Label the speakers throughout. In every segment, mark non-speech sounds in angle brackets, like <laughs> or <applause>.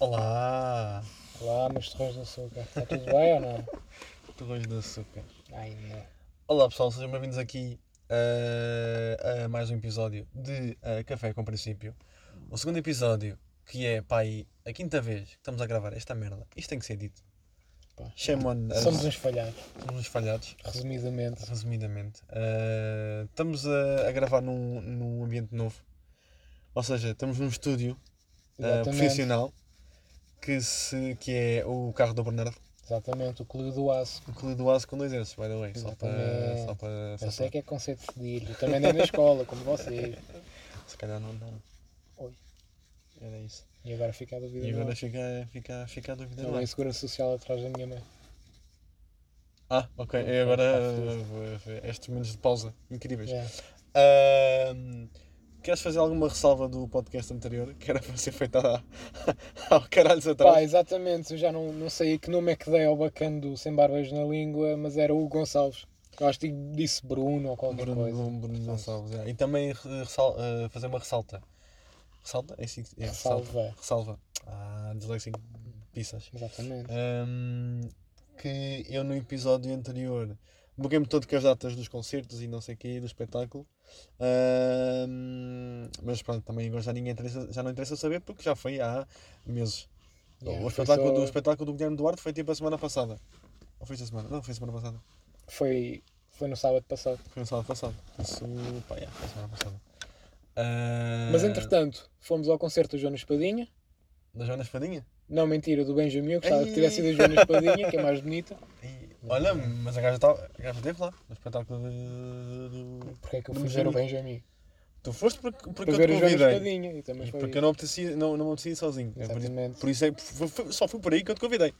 Speaker 1: Olá!
Speaker 2: Olá, meus terrões de açúcar. Está tudo bem ou não?
Speaker 1: Torrões de açúcar.
Speaker 2: Ai, não.
Speaker 1: Olá pessoal, sejam bem-vindos aqui ah, a mais um episódio de ah, Café com Princípio. O segundo episódio, que é pá, aí, a quinta vez que estamos a gravar esta merda. Isto tem que ser dito.
Speaker 2: Pá.
Speaker 1: Shame on us.
Speaker 2: Somos um- uns falhados,
Speaker 1: Somos uns falhados.
Speaker 2: resumidamente.
Speaker 1: Resumidamente, eh, estamos a, a gravar num, num ambiente novo. Ou seja, estamos num estúdio eh,
Speaker 2: Exatamente.
Speaker 1: profissional que, se, que é o carro do Bernardo.
Speaker 2: Exatamente, o Clube do Aço.
Speaker 1: Incluído o aço com dois S, by the way. Só para.
Speaker 2: Exatamente.
Speaker 1: Só para
Speaker 2: Eu
Speaker 1: só
Speaker 2: sei
Speaker 1: para-
Speaker 2: que é conceito fedido. Eu Também andei na escola, como vocês.
Speaker 1: Se calhar não. não.
Speaker 2: Oi.
Speaker 1: Era isso.
Speaker 2: E agora fica a dúvida.
Speaker 1: E
Speaker 2: não.
Speaker 1: agora fica, fica, fica a dúvida
Speaker 2: Não
Speaker 1: lá.
Speaker 2: é segurança social atrás da minha mãe.
Speaker 1: Ah, ok. E agora. eh, Estes momentos de pausa incríveis.
Speaker 2: Já.
Speaker 1: Ahm, queres fazer alguma ressalva do podcast anterior? Que era para ser feita <laughs> a- ao caralho atrás?
Speaker 2: Pá, é exatamente. Eu já não, não sei que nome é que dei ao bacana do Sem Barbas na Língua, mas era o Gonçalves. Eu acho que disse Bruno ou qualquer
Speaker 1: Um Bruno,
Speaker 2: coisa.
Speaker 1: Bruno Gonçalves, é. E também eh, ressal- eh, fazer uma ressalta. Ressalta? É assim, que- é, ressalva.
Speaker 2: Salva.
Speaker 1: Ressalva. Ah, dislexia. Pissas. É.
Speaker 2: Exatamente.
Speaker 1: Ahm, que eu no episódio anterior buguei-me todo com as datas dos concertos e não sei o quê, do espetáculo. Ahm, mas pronto, também agora já, ninguém interessa, já não interessa saber porque já foi há meses.
Speaker 2: Yeah,
Speaker 1: o,
Speaker 2: foi
Speaker 1: espetáculo, do-
Speaker 2: só-
Speaker 1: o espetáculo do Guilherme Duarte foi tipo a semana passada. Ou foi esta semana? Não, foi semana passada.
Speaker 2: foi, foi no sábado passado.
Speaker 1: Foi na semana passada. Isso, pá, yeah, foi na semana passada. Ah,
Speaker 2: Mas entretanto, fomos ao concerto do João Espadinha.
Speaker 1: Da Joana Espadinha?
Speaker 2: Não, mentira, do Benjamin. Eu gostava
Speaker 1: Ai.
Speaker 2: que tivesse sido a Joana Espadinha, que é mais bonita.
Speaker 1: E, olha, mas a gaja, tá, a gaja esteve lá, no espetáculo de- do...
Speaker 2: Porque é que eu
Speaker 1: Do
Speaker 2: fui ver o Benjamin?
Speaker 1: Tu foste porque, porque
Speaker 2: Para
Speaker 1: eu
Speaker 2: ver
Speaker 1: te
Speaker 2: a Joana
Speaker 1: convidei.
Speaker 2: Espadinha. E também
Speaker 1: E
Speaker 2: foi.
Speaker 1: Porque eu não me apetecia, não, não me apetecia sozinho. É por, isso-
Speaker 2: Exatamente.
Speaker 1: por isso é, que foi- foi- só fui por aí que eu te convidei.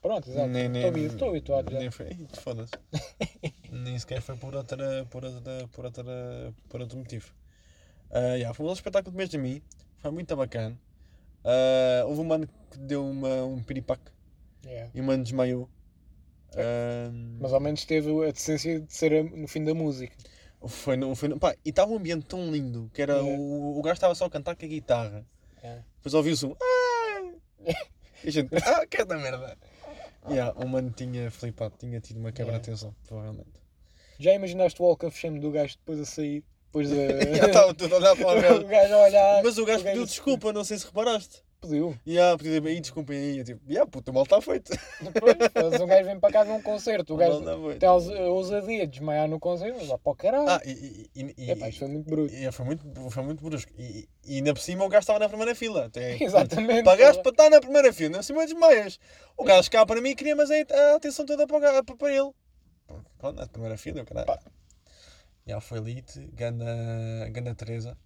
Speaker 2: Pronto, exato.
Speaker 1: Nem- nem-
Speaker 2: Estou habi- Estou habituado já.
Speaker 1: Nem foi, Ih,
Speaker 2: <laughs>
Speaker 1: foda-se. nem sequer foi por outra, por outra, por outra, por outro motivo. Ah, yeah, fomos ao espetáculo de Benjamin, foi muito bacana. Ah, houve um mano que deu uma, um piripaque
Speaker 2: Yeah.
Speaker 1: e o mano desmaiou. Ah, Ahm,
Speaker 2: Mas ao menos teve a decência de ser a- no fim da música.
Speaker 1: foi no, foi no- pá, e estava um ambiente tão lindo que era
Speaker 2: Yeah.
Speaker 1: o, o gajo estava só a cantar com a guitarra.
Speaker 2: Yeah.
Speaker 1: Depois ouviu-se um. "Ah!" E a gente, ah, que é da merda! Yeah, o mano tinha flipado, tinha tido uma quebra de
Speaker 2: Yeah.
Speaker 1: tensão, provavelmente.
Speaker 2: Já imaginaste o Walk of Shame do gajo depois a sair? Depois da.
Speaker 1: <laughs> Já
Speaker 2: <laughs>
Speaker 1: estava tudo a olhar para o
Speaker 2: o
Speaker 1: gajo.
Speaker 2: gajo a olhar.
Speaker 1: Mas o gajo pediu
Speaker 2: gajo-
Speaker 1: desculpa, não sei se reparaste.
Speaker 2: Pediu.
Speaker 1: E ah, pediu tipo, aí desculpem aí. Eu tipo, yeah, puto, o mal está feito.
Speaker 2: Depois, mas um gajo vem para cá de um concerto. O
Speaker 1: O mal
Speaker 2: gajo
Speaker 1: está feito.
Speaker 2: tem a ousa- a ousadia de desmaiar no concerto. Mas vá para o caralho.
Speaker 1: Ah, e, e, e, e,
Speaker 2: Epá, isto foi
Speaker 1: <laughs>
Speaker 2: muito bruto.
Speaker 1: e- foi muito, foi muito brusco. E, e ainda por cima o gajo estava na primeira fila. Até,
Speaker 2: Exatamente.
Speaker 1: Pagaste para estar tá na primeira fila, é ainda por cima desmaias. O gajo cá para mim queria, mas a a atenção toda para, o ga- para- para ele. Pronto, na primeira fila, o caralho.
Speaker 2: Pá.
Speaker 1: Já foi elite, ganda, ganda Teresa.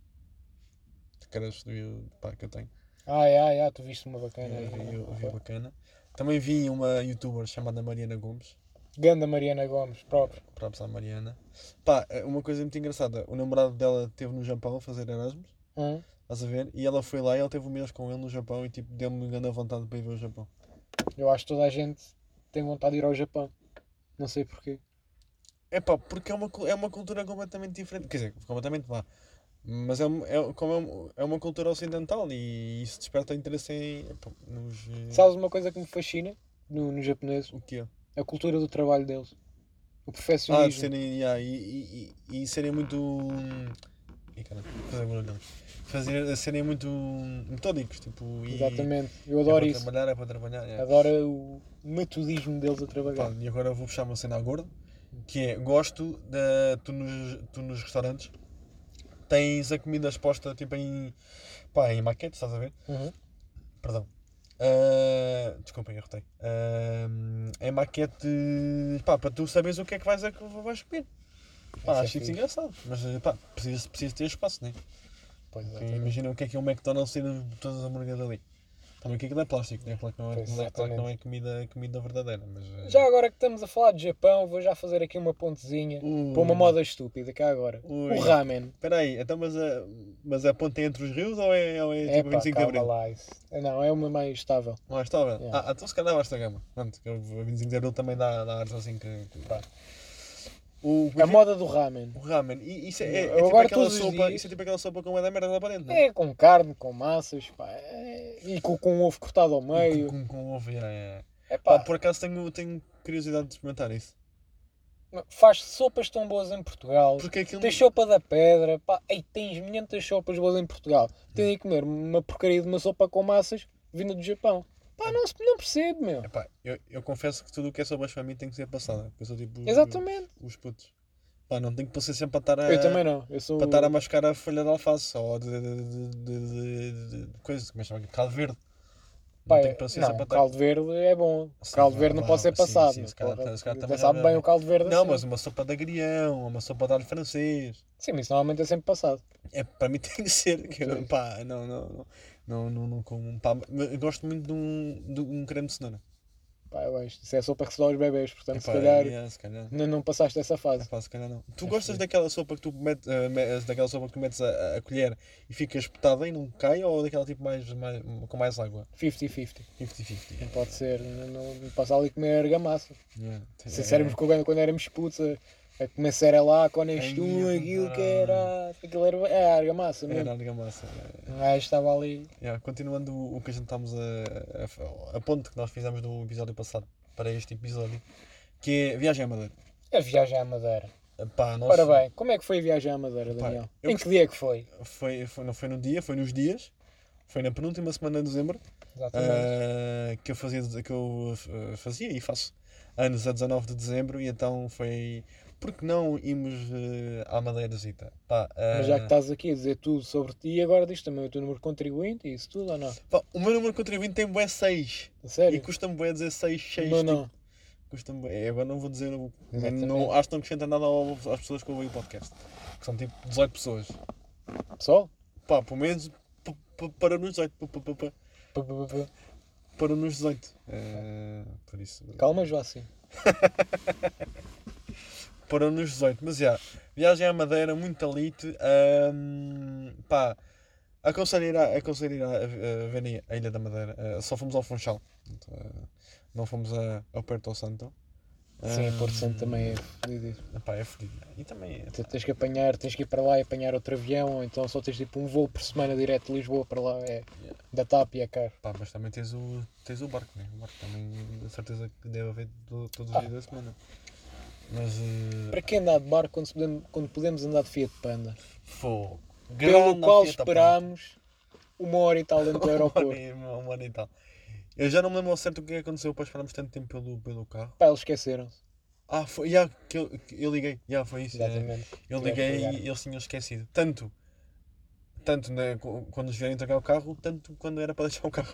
Speaker 1: Caras do pá, que eu tenho.
Speaker 2: Ai, ai, ai, tu viste uma bacana.
Speaker 1: Eu vi, eu vi
Speaker 2: Foi.
Speaker 1: bacana. Também vi uma youtuber chamada Mariana Gomes,
Speaker 2: Ganda Mariana Gomes, próprio.
Speaker 1: props à Mariana. Pá, é, uma coisa muito engraçada, o namorado dela esteve no Japão a fazer Erasmus,
Speaker 2: Hum?
Speaker 1: estás a ver? E ela foi lá e ela teve um mês com ele no Japão e tipo, deu-me grande vontade para ir ver o Japão.
Speaker 2: Eu acho que toda a gente tem vontade de ir ao Japão. Não sei porquê.
Speaker 1: É pá, porque é uma, cu- é uma cultura completamente diferente, quer dizer, completamente vá. Mas é, um- é, como é, um- é uma cultura ocidental e isso desperta interesse em, epá, nos... eh,
Speaker 2: Sabes uma coisa que me fascina no, no japonês?
Speaker 1: O que é?
Speaker 2: A cultura do trabalho deles. O
Speaker 1: Ah, de
Speaker 2: profissionalismo.
Speaker 1: serem, yeah, e, e, e- e serem muito. Ih, caralho, fazer barulho não. Fazer, serem muito metódicos, tipo. E,
Speaker 2: Exatamente. Eu
Speaker 1: É para
Speaker 2: adoro isso.
Speaker 1: trabalhar, é para trabalhar. é.
Speaker 2: Adoro o metodismo deles a trabalhar.
Speaker 1: Pá, e agora eu vou puxar uma cena à gorda, que é: gosto da. Tu nos, tu nos restaurantes tens a comida exposta tipo em. pá, em maquete, estás a ver?
Speaker 2: Uhum.
Speaker 1: Perdão. Ah, desculpem, errotei. Ah, em maquete. pá, para tu saberes o que é que vais, a- vais comer.
Speaker 2: Isso
Speaker 1: Pá,
Speaker 2: é
Speaker 1: acho isso
Speaker 2: fixe.
Speaker 1: engraçado, mas pá, preciso, preciso ter espaço, né?
Speaker 2: Pois
Speaker 1: Porque
Speaker 2: exatamente.
Speaker 1: imagina o que é que é um McDonald's ter todas as hambúrgueres ali. Também que aquilo é plástico, né? Claro que não é,
Speaker 2: Pois,
Speaker 1: não é- claro que não é
Speaker 2: exatamente.
Speaker 1: comida, comida verdadeira, mas. eh,
Speaker 2: Já agora que estamos a falar de Japão, vou já fazer aqui uma pontezinha
Speaker 1: Ui.
Speaker 2: para uma moda estúpida cá agora.
Speaker 1: Ui.
Speaker 2: O ramen.
Speaker 1: Espera aí, então, mas, a, mas a ponte é entre os rios ou é, ou é,
Speaker 2: É
Speaker 1: tipo
Speaker 2: pá,
Speaker 1: 25 de
Speaker 2: calma
Speaker 1: Abril?
Speaker 2: lá isso. Não, é uma mais estável.
Speaker 1: Não é estável?
Speaker 2: É.
Speaker 1: Ah, então se calhar baixa da gama. Pronto, que o 25 de Abril também dá, dá arte assim que. que-
Speaker 2: Pronto.
Speaker 1: O,
Speaker 2: A moda do ramen.
Speaker 1: o ramen. E isso é, é, é
Speaker 2: É Eu
Speaker 1: tipo
Speaker 2: agora
Speaker 1: aquela
Speaker 2: todos os
Speaker 1: sopa.
Speaker 2: dias-
Speaker 1: Isso é tipo aquela sopa com uma da merda lá para dentro. não é?
Speaker 2: É com carne, com massas, pá. é- E com, com ovo cortado ao meio.
Speaker 1: Com, com, com ovo, é, é.
Speaker 2: É
Speaker 1: Pá,
Speaker 2: pá,
Speaker 1: por acaso tenho, tenho curiosidade de experimentar isso.
Speaker 2: faz sopas tão boas em Portugal.
Speaker 1: Porque aquilo.
Speaker 2: Tens sopa da pedra, pá. Ei, tens milhentas sopas boas em Portugal. Tens de comer uma porcaria de uma sopa com massas vinda do Japão.
Speaker 1: É.
Speaker 2: Pá, não, se- não percebo, meu.
Speaker 1: Epá, eu, eu confesso que tudo o que é sopas para mim tem que ser passada. porque Eu sou tipo. os-
Speaker 2: Exatamente.
Speaker 1: Os putos. Pá, não tenho paciência para estar a.
Speaker 2: Eu também não. Eu sou.
Speaker 1: Ah, Para estar a mascar a folha de alface ou de. de. de. de. de, de coisa, como é que chama? Caldo verde.
Speaker 2: Pá, é,
Speaker 1: não tenho paciência
Speaker 2: não,
Speaker 1: para
Speaker 2: o
Speaker 1: estar.
Speaker 2: caldo verde é bom. O
Speaker 1: Sim,
Speaker 2: caldo verde não
Speaker 1: vá,
Speaker 2: pode ser
Speaker 1: sim,
Speaker 2: passado.
Speaker 1: sim,
Speaker 2: meu.
Speaker 1: se calhar-
Speaker 2: Porra,
Speaker 1: se calhar
Speaker 2: já
Speaker 1: também
Speaker 2: sabe
Speaker 1: já-
Speaker 2: bem o caldo verde
Speaker 1: Não,
Speaker 2: assim.
Speaker 1: mas uma sopa de agrião, uma sopa de alho francês.
Speaker 2: Sim, mas isso normalmente é sempre passado.
Speaker 1: É, para mim <laughs> tem que ser. Que eu,
Speaker 2: Sim.
Speaker 1: pá, não, não, não, não, não, não como. um Pá, mas eu gosto muito de um, de um creme de cenoura.
Speaker 2: Pá, eu acho. Isso é sopa que se dá aos bebês, portanto, se
Speaker 1: Epá,
Speaker 2: calhar
Speaker 1: é, se calhar.
Speaker 2: ainda não passaste essa fase.
Speaker 1: Epá, se calhar não. Tu
Speaker 2: Acho
Speaker 1: gostas
Speaker 2: que-
Speaker 1: daquela sopa que tu metes, eh, me- daquela sopa que tu metes a, a colher e fica espetada e não cai ou daquela tipo mais, mais com mais água?
Speaker 2: 50-50.
Speaker 1: 50-50.
Speaker 2: Não pode ser. Não, não, não passar ali e comer argamassa.
Speaker 1: Yeah. É,
Speaker 2: Se dissermos que quando, quando éramos putos, a, a começar a lá com este um,
Speaker 1: Ai,
Speaker 2: aquilo
Speaker 1: não.
Speaker 2: que era. Aquilo era é, argamassa
Speaker 1: É,
Speaker 2: mesmo.
Speaker 1: não, argamassa. é.
Speaker 2: Um gajo estava ali.
Speaker 1: Yeah, Continuando o, o que a gente estamos a, a, a ponte que nós fizemos do episódio passado para este episódio, que é viagem à Madeira.
Speaker 2: A viagem à Madeira.
Speaker 1: Pá, nós-
Speaker 2: Ora bem, como é que foi a viagem à Madeira,
Speaker 1: Pá,
Speaker 2: Daniel?
Speaker 1: eu
Speaker 2: Em que dia é que foi?
Speaker 1: foi, foi, não foi no dia, foi nos dias, foi na penúltima semana de dezembro,
Speaker 2: Exatamente.
Speaker 1: ah, que eu, fazia, que eu ah, fazia e faço anos a 19 de dezembro, e então foi. Por que não irmos ah, à Madeirazita? Pá, ah,
Speaker 2: Mas já que tá- estás aqui a dizer tudo sobre ti, agora diz também o teu número de contribuinte e isso tudo ou não?
Speaker 1: pá, o meu número de contribuinte tem bué 6
Speaker 2: A
Speaker 1: e é
Speaker 2: sério?
Speaker 1: custa-me bué 16, 6.
Speaker 2: Não, não.
Speaker 1: Custa-me bué. É, Agora não vou dizer. o-
Speaker 2: Exatamente.
Speaker 1: Não, acho que não acrescenta nada ao- às pessoas que ouvem o podcast, que são tipo 18 pessoas.
Speaker 2: Pessoal?
Speaker 1: Pá, pelo menos p- p- para nos 18. p- p- p-
Speaker 2: P- p- p- p-
Speaker 1: para nos 18. Eh, por isso.
Speaker 2: Calma, Joacim.
Speaker 1: Para nos 18. Mas já, viagem à Madeira, muito elite. ahm, pá, aconselho ir, a, aconselho ir a, a verem a Ilha da Madeira. Eh, só fomos ao Funchal. Portanto, eh, não fomos a, ao Perto ao Santo.
Speaker 2: Sim,
Speaker 1: Ahm,
Speaker 2: Porto Santo também é. fodido.
Speaker 1: Pá, é fodido. E também.
Speaker 2: Tu tens que apanhar, tens que ir para lá e apanhar outro avião, ou então só tens tipo um voo por semana direto de Lisboa para lá, é
Speaker 1: Yeah.
Speaker 2: da TAP e é caro.
Speaker 1: Pá, mas também tens o, tens o barco, né? O barco também, de certeza que deve haver to- todos os
Speaker 2: Ah.
Speaker 1: dias da semana. Mas. eh,
Speaker 2: Para que andar de barco quando se podemos, quando podemos andar de Fiat Panda?
Speaker 1: Fogo.
Speaker 2: Pelo
Speaker 1: Grande
Speaker 2: qual
Speaker 1: fita, pá.
Speaker 2: esperámos uma hora e tal
Speaker 1: <laughs>
Speaker 2: dentro do
Speaker 1: Um
Speaker 2: aeroporto.
Speaker 1: ano, e- um ano e tal. Eu já não me lembro ao certo o que é que aconteceu para esperarmos tanto tempo pelo, pelo carro.
Speaker 2: Pá, eles esqueceram-se.
Speaker 1: Ah, foi. já que eu, que eu liguei. já foi isso. é.
Speaker 2: Exatamente.
Speaker 1: Eu
Speaker 2: Tiveste
Speaker 1: liguei
Speaker 2: que ligar.
Speaker 1: e eles tinham esquecido. Tanto. Tanto né, qu- quando nos vieram entregar o carro, tanto quando era para deixar o carro.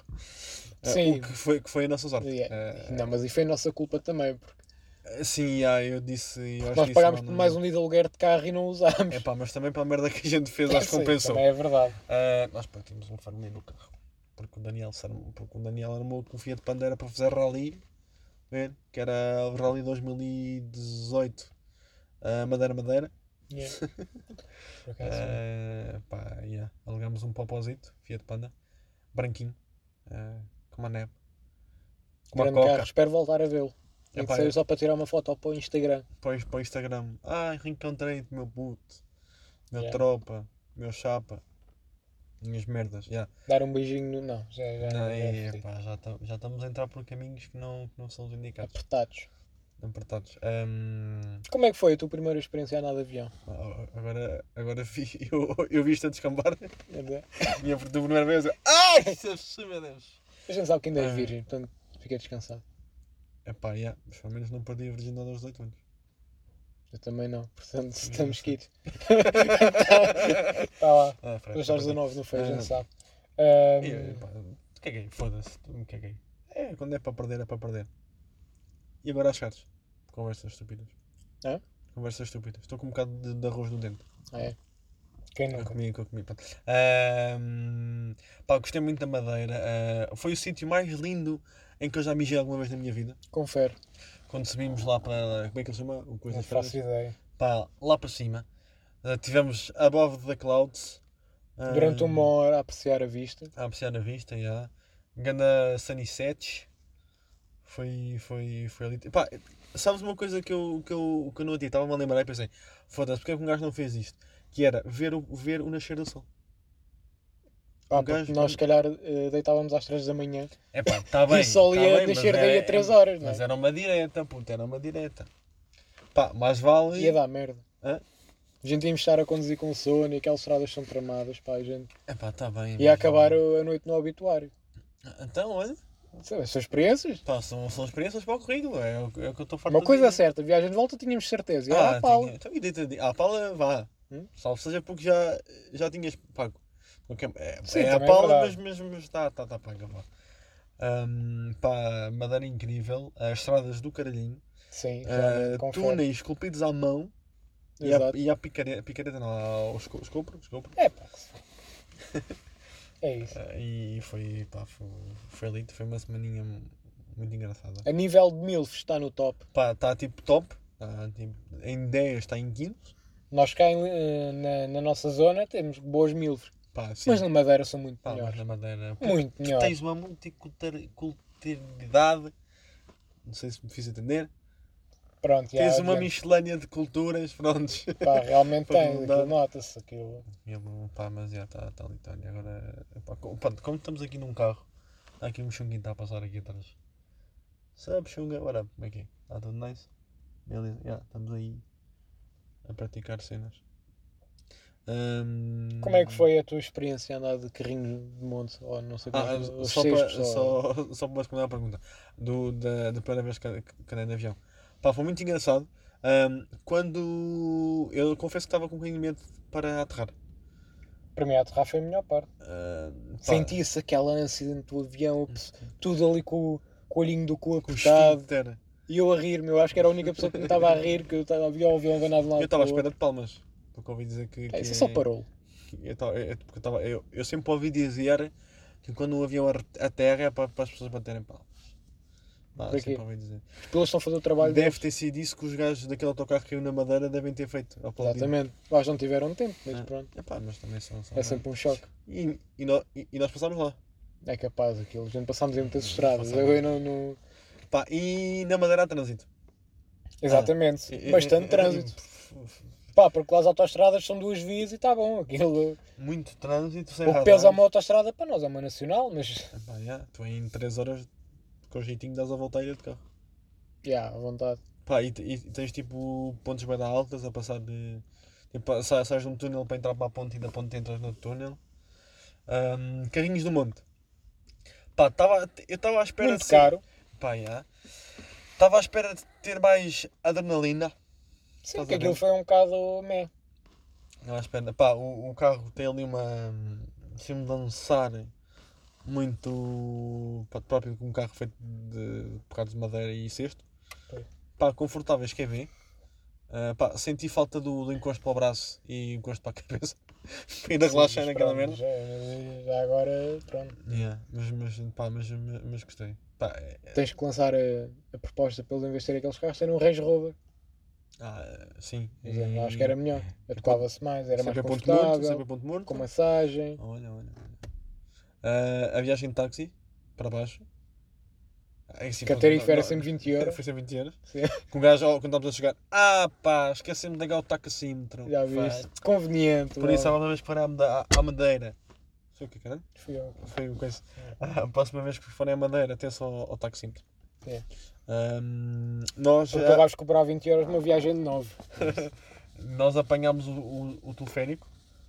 Speaker 1: Ah,
Speaker 2: Sim.
Speaker 1: o que foi, que foi a nossa sorte.
Speaker 2: Yeah.
Speaker 1: Ah,
Speaker 2: Não, mas e foi nossa culpa também, porque
Speaker 1: sim, já, eu disse. Eu acho que é
Speaker 2: nós
Speaker 1: disse
Speaker 2: pagámos
Speaker 1: lá
Speaker 2: por
Speaker 1: no-
Speaker 2: mais um dia de aluguer de carro e não usámos.
Speaker 1: Epá, mas também para a merda que a gente <laughs> fez, É, acho que
Speaker 2: Sim,
Speaker 1: compensou.
Speaker 2: também é verdade.
Speaker 1: Ah, nós pá, tínhamos um farminho no carro. Porque o Daniel, se armou- porque o Daniel armou com o Fiat Panda era para fazer rally, ver? que era o rally 2018, ah, Madeira Madeira. <laughs>
Speaker 2: Yeah.
Speaker 1: É,
Speaker 2: Por acaso, um
Speaker 1: Ah, pá, yeah. Alugámos um popozito, Fiat Panda, branquinho, ah, com uma neve. Com uma
Speaker 2: grande
Speaker 1: coca,
Speaker 2: carro, espero voltar a vê-lo. Tem que
Speaker 1: Epá,
Speaker 2: ser
Speaker 1: é.
Speaker 2: só para tirar uma foto para o Instagram.
Speaker 1: depois para o Instagram. Ah, reencontrei-te, meu puto, meu
Speaker 2: Yeah.
Speaker 1: tropa, meu chapa, minhas merdas. yeah.
Speaker 2: Dar um beijinho no. Não, já, já,
Speaker 1: Não,
Speaker 2: já
Speaker 1: é,
Speaker 2: fui.
Speaker 1: pá, já, tam- já estamos a entrar por caminhos que não, que não são os indicados,
Speaker 2: apertados.
Speaker 1: apertados. Ahm,
Speaker 2: Como é que foi a tua primeira experiência a andar de avião?
Speaker 1: a- a- agora, agora vi, <laughs> eu, eu vi isto a descambar
Speaker 2: É A
Speaker 1: e a por- da primeira vez eu. Ai, <laughs> Jesus, meu Deus!
Speaker 2: gente sabe que ainda és
Speaker 1: Ah.
Speaker 2: virgem, portanto fiquei descansado.
Speaker 1: É pá, yeah, mas pelo menos não perdi a virgindade aos 18 anos.
Speaker 2: Eu também não, portanto estamos
Speaker 1: sei.
Speaker 2: quites. Está lá,
Speaker 1: Ah, Fred,
Speaker 2: hoje aos
Speaker 1: tá bem.
Speaker 2: 19 não foi, a
Speaker 1: Ah.
Speaker 2: gente sabe.
Speaker 1: E,
Speaker 2: Ahm,
Speaker 1: pá, Caguei, foda-se, me caguei. É, quando é para perder, é para perder. E agora às cartas? Conversas estúpidas.
Speaker 2: Hã?
Speaker 1: Conversas estúpidas. Estou com um bocado de, de arroz no dente.
Speaker 2: é. Quem
Speaker 1: Eu
Speaker 2: nunca?
Speaker 1: comi, eu comi. pronto. Ahm, pá, gostei muito da Madeira. Ah, foi o sítio mais lindo em que eu já mijei alguma vez na minha vida.
Speaker 2: Confere,
Speaker 1: Quando subimos lá para. Como é que ele chama? O Coisa
Speaker 2: não
Speaker 1: Estranha.
Speaker 2: faço ideia.
Speaker 1: Pá, lá para cima. Ah, tivemos above the clouds. Ah,
Speaker 2: Durante um uma hora a apreciar a vista,
Speaker 1: A apreciar a vista, já. Ganda sunsets. Foi, foi, foi ali. Pá, sabes uma coisa que eu, que eu, que eu não tinha? Estava-me a lembrar e pensei: foda-se, porque é que um gajo não fez isto? Que era ver o, ver o nascer do sol.
Speaker 2: Ah,
Speaker 1: Um
Speaker 2: porque
Speaker 1: gajo-
Speaker 2: nós, se calhar, eh, deitávamos às 3 da manhã
Speaker 1: É pá, está bem.
Speaker 2: e o sol
Speaker 1: tá
Speaker 2: ia
Speaker 1: bem, mas
Speaker 2: nascer daí
Speaker 1: era-
Speaker 2: a 3 horas, não é?
Speaker 1: Mas era uma direta, puta, era uma direta. Pá, mais vale.
Speaker 2: Ia dar merda.
Speaker 1: Hã?
Speaker 2: A gente ia estar a conduzir com sono e aquelas estradas são tramadas, pá, a gente.
Speaker 1: É pá, está bem.
Speaker 2: Ia
Speaker 1: mas- é
Speaker 2: acabar o- a noite no obituário.
Speaker 1: Então, olha,
Speaker 2: Sabe, São experiências.
Speaker 1: pá, são, são experiências para o currículo, é, o é o que eu estou farto
Speaker 2: Uma
Speaker 1: de
Speaker 2: coisa
Speaker 1: dizer.
Speaker 2: é certa, viagem de volta tínhamos certeza. Era
Speaker 1: Ah,
Speaker 2: a pala.
Speaker 1: tinha- Então, e deita- de- à pala, vá.
Speaker 2: Hum?
Speaker 1: Salve seja porque já, já tinhas pago. Porque é,
Speaker 2: Sim,
Speaker 1: é à
Speaker 2: também é
Speaker 1: pala, mas,
Speaker 2: verdade.
Speaker 1: mas, mas está tá, tá paga. Pá. Ahm, pá, madeira incrível, as estradas do caralhinho,
Speaker 2: Sim,
Speaker 1: ah,
Speaker 2: realmente, confere.
Speaker 1: túneis esculpidos à mão e a,
Speaker 2: Exato.
Speaker 1: e a picareta, picareta não, ao esco- escopro, escopro.
Speaker 2: É pá. É isso.
Speaker 1: Ah, e foi, pá, foi, foi lindo, foi uma semaninha muito engraçada.
Speaker 2: A nível de MILF está no top.
Speaker 1: Pá, está tipo top, tá, tipo, em 10 está em 15.
Speaker 2: Nós cá em, eh, na, na nossa zona temos boas MILFs.
Speaker 1: Pá, sim.
Speaker 2: Mas na Madeira são muito
Speaker 1: Pá, mas
Speaker 2: melhores.
Speaker 1: na madeira,
Speaker 2: Muito
Speaker 1: Tu
Speaker 2: melhores.
Speaker 1: tens uma multiculturalidade, não sei se me fiz entender.
Speaker 2: Pronto, já
Speaker 1: tens uma
Speaker 2: adiante.
Speaker 1: miscelânea de culturas, <laughs> prontos.
Speaker 2: Pá, realmente
Speaker 1: <laughs> Para
Speaker 2: tem.
Speaker 1: mudar.
Speaker 2: Aquilo nota-se. Aquilo...
Speaker 1: E eu, pá, mas já está tá ali, tá ali. Agora, pá, co- pá, como estamos aqui num carro, há aqui um chunguinho que está a passar aqui atrás. Sabe, chunga, what up? Como é que é? Está tudo nice? Beleza, já, estamos aí a praticar cenas. Ahm,
Speaker 2: Como é que foi a tua experiência andar de carrinho de monte? Ou não sei como
Speaker 1: Ah,
Speaker 2: é que- os
Speaker 1: só
Speaker 2: seis
Speaker 1: para,
Speaker 2: pessoas.
Speaker 1: só, só para responder à pergunta do, da, da primeira vez que, que andei de avião. Pá, foi muito engraçado. Ahm, quando eu confesso que estava com um bocadinho de medo para aterrar.
Speaker 2: Para mim, aterrar foi a melhor parte.
Speaker 1: Ahm, pá, Uhum.
Speaker 2: Sentia-se aquela ânsia dentro do avião, o pe- tudo ali com, o- com o olhinho do cu
Speaker 1: com o estado.
Speaker 2: apertado. E eu a rir, meu. Acho que era a única pessoa que me estava a rir, que eu estava a ver o avião abanar de um lado.
Speaker 1: Eu estava à
Speaker 2: para o
Speaker 1: espera de palmas. Porque ouvi dizer que.
Speaker 2: outro. É,
Speaker 1: que
Speaker 2: isso é só parou.
Speaker 1: eu, tava- eu- porque eu, tava- eu- eu sempre ouvi dizer que quando um avião ar- aterra é para, para as pessoas baterem palmas. Pá,
Speaker 2: Para quê?
Speaker 1: sempre ouvi dizer.
Speaker 2: Os pilotos estão a fazer o trabalho
Speaker 1: Deve ter sido isso que os gajos daquele autocarro que caiu na madeira devem ter feito. aplaudindo.
Speaker 2: Exatamente. Mas não tiveram tempo, mas
Speaker 1: um Ah.
Speaker 2: pronto.
Speaker 1: Epá, mas também são. são
Speaker 2: É sempre um choque.
Speaker 1: E, e, nó- e- e nós passámos lá.
Speaker 2: É capaz aquilo. A gente passámos em muitas estradas.
Speaker 1: Ah, Passámos. Ah,
Speaker 2: Agora não. não...
Speaker 1: Pá, e na Madeira há trânsito.
Speaker 2: Exatamente.
Speaker 1: E- e-
Speaker 2: Bastante
Speaker 1: e-
Speaker 2: trânsito.
Speaker 1: e- É
Speaker 2: Pá, porque lá as autoestradas são duas vias e está bom. Aquilo.
Speaker 1: Muito trânsito, sem
Speaker 2: O que
Speaker 1: radar.
Speaker 2: pesa a uma autoestrada para nós é uma nacional, mas. <laughs>
Speaker 1: Epá, já, tu em 3 horas, com jeitinho, dás a volteira de carro.
Speaker 2: Já, à vontade.
Speaker 1: Pá, e, te- e tens tipo pontes bem altas a passar de. Tipo, sa- sais de um túnel para entrar para a ponte e da ponte entras no túnel. Ahm, carrinhos do Monte. Pá, tava, eu estava à espera assim.
Speaker 2: Muito
Speaker 1: de. ser-
Speaker 2: caro.
Speaker 1: Pá, já. Estava à espera de ter mais adrenalina. Estás a
Speaker 2: Sim, porque
Speaker 1: ver?
Speaker 2: aquilo foi um bocado. Meh.
Speaker 1: Não, à espera. é, Pá, o, o carro tem ali uma. assim, Se me lançar muito. Pá, próprio com um carro feito de bocados de madeira e cesto.
Speaker 2: Ok.
Speaker 1: Pá, confortáveis, quer ver? Ah, pá, senti falta do, do encosto para o braço e encosto para a <laughs> cabeça. para ir a relaxar
Speaker 2: Mas
Speaker 1: naquela merda.
Speaker 2: pronto, Já, já agora, pronto.
Speaker 1: Yeah, mas, mas, pá, mas, mas, mas gostei. Pá, é-
Speaker 2: Tens que lançar a, a proposta para eles investirem aqueles carros, ter um Range Rover.
Speaker 1: ah, sim.
Speaker 2: Quer dizer,
Speaker 1: E-
Speaker 2: Acho que era melhor. Atuava-se mais, era mais
Speaker 1: sempre a ponto morto, sempre a
Speaker 2: confortável,
Speaker 1: ponto morto.
Speaker 2: com massagem.
Speaker 1: Olha, olha. Ah, a viagem de táxi para baixo. É assim,
Speaker 2: Que a
Speaker 1: pronto,
Speaker 2: tarifa
Speaker 1: não-
Speaker 2: era
Speaker 1: não-
Speaker 2: sempre 20
Speaker 1: <laughs>
Speaker 2: euros.
Speaker 1: Foi sempre 20 euros.
Speaker 2: Sim.
Speaker 1: Com o gajo, ó, quando estávamos a chegar, ah pá, esqueci-me de ligar o tacacímetro.
Speaker 2: Já viste? Conveniente.
Speaker 1: Por isso, a
Speaker 2: uau.
Speaker 1: próxima vez que for à Made- à Madeira. Foi o que, caralho?
Speaker 2: Fui eu.
Speaker 1: Foi o coisa. Ah, <laughs> A próxima vez que forem à Madeira, atenção ao, ao taxímetro.
Speaker 2: É. Então
Speaker 1: Ahm, nós,
Speaker 2: Porque
Speaker 1: ah,
Speaker 2: tu vais cobrar 20 euros numa viagem de 9.
Speaker 1: nós apanhámos o, o, o teleférico.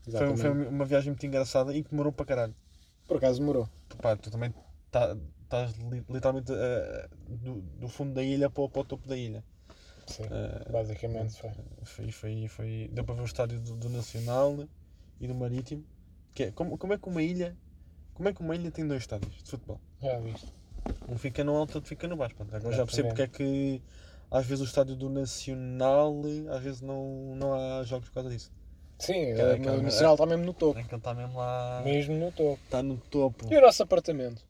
Speaker 1: Foi, um- foi uma viagem muito engraçada e que demorou para caralho.
Speaker 2: Por acaso demorou.
Speaker 1: Pá, tu também tá- estás li- literalmente eh, do, do fundo da ilha para, o- para o topo da ilha.
Speaker 2: Sim,
Speaker 1: Eh,
Speaker 2: basicamente foi.
Speaker 1: foi, foi, foi, deu para ver o estádio do, do Nacional e do Marítimo. Que é- como, como é que uma ilha. Como é que uma ilha tem dois estádios de futebol?
Speaker 2: Já viste.
Speaker 1: Um fica no alto, outro fica no baixo. Pronto, agora já percebo porque é
Speaker 2: Exatamente.
Speaker 1: que às vezes o estádio do Nacional às vezes não, não há jogos por causa disso.
Speaker 2: Sim,
Speaker 1: Cara,
Speaker 2: o
Speaker 1: aquela-
Speaker 2: meu sinal está mesmo no topo.
Speaker 1: É que ele está mesmo lá.
Speaker 2: Mesmo no topo.
Speaker 1: Está no topo.
Speaker 2: E o nosso apartamento?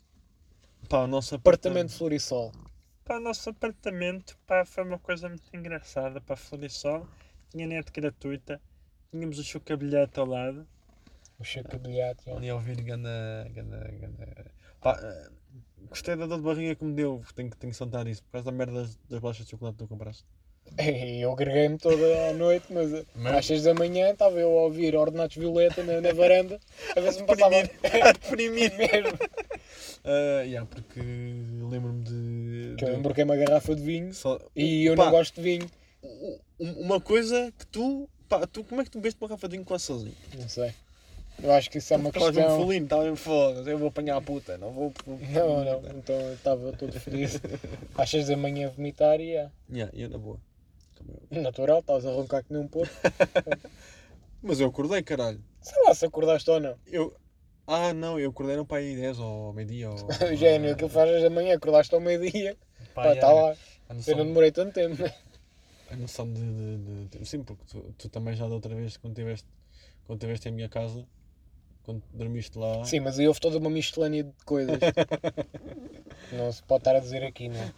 Speaker 1: Pá, o nosso
Speaker 2: Apartamento de Florissol.
Speaker 1: Pá, o nosso apartamento pá, foi uma coisa muito engraçada. Pá, Florissol tinha net gratuita, tínhamos o chocabilhete ao lado.
Speaker 2: O Chico é um de Bilhete.
Speaker 1: Ali a ouvir ganda, ganda, ganda. Pá, eh, Gostei da dor de barriga que me deu, tenho, que- tenho que soltar isso, por causa da merda das, das bolachas de chocolate que tu
Speaker 2: <laughs>
Speaker 1: compraste.
Speaker 2: Eu greguei-me toda a noite, mas
Speaker 1: Mas-
Speaker 2: às 6 da manhã estava eu a ouvir Ordenados Violeta na, na varanda, a ver se me passava
Speaker 1: Deprimir.
Speaker 2: É
Speaker 1: A deprimir.
Speaker 2: <laughs> mesmo.
Speaker 1: Ah, yeah, porque lembro-me de.
Speaker 2: Que eu
Speaker 1: de-
Speaker 2: embarquei uma garrafa de vinho
Speaker 1: só-
Speaker 2: e eu
Speaker 1: Pá,
Speaker 2: não gosto de vinho.
Speaker 1: u- Uma coisa que tu. Pá, tu como é que tu bebeste uma garrafa de vinho quase sozinho?
Speaker 2: Não sei. Eu acho que isso é uma
Speaker 1: Estás mesmo
Speaker 2: questão.
Speaker 1: folino, estás mesmo foda. Eu vou apanhar a puta, não vou.
Speaker 2: <laughs> Não, não, então eu estava todo feliz. Às 6 da manhã a vomitar e ah,
Speaker 1: Yeah, eu na boa. Também eu.
Speaker 2: natural, estavas a roncar que nem um porco.
Speaker 1: Mas eu acordei, caralho.
Speaker 2: Sei lá se acordaste ou não. <laughs>
Speaker 1: Eu. Ah, não, eu acordei não para aí 10 ou meio-dia
Speaker 2: <laughs>
Speaker 1: ou.
Speaker 2: Género, aquilo faz às da manhã, acordaste ao meio-dia,
Speaker 1: Pá,
Speaker 2: pá,
Speaker 1: yeah,
Speaker 2: está
Speaker 1: A
Speaker 2: lá. Eu não
Speaker 1: noção,
Speaker 2: demorei tanto tempo.
Speaker 1: a noção de, de, de- de- Sim, porque tu, tu também já da outra vez, quando estiveste quando tiveste em minha casa, quando dormiste lá.
Speaker 2: Sim, mas aí houve toda uma miscelânea de
Speaker 1: <laughs>
Speaker 2: coisas. não se pode estar a dizer aqui, não. é?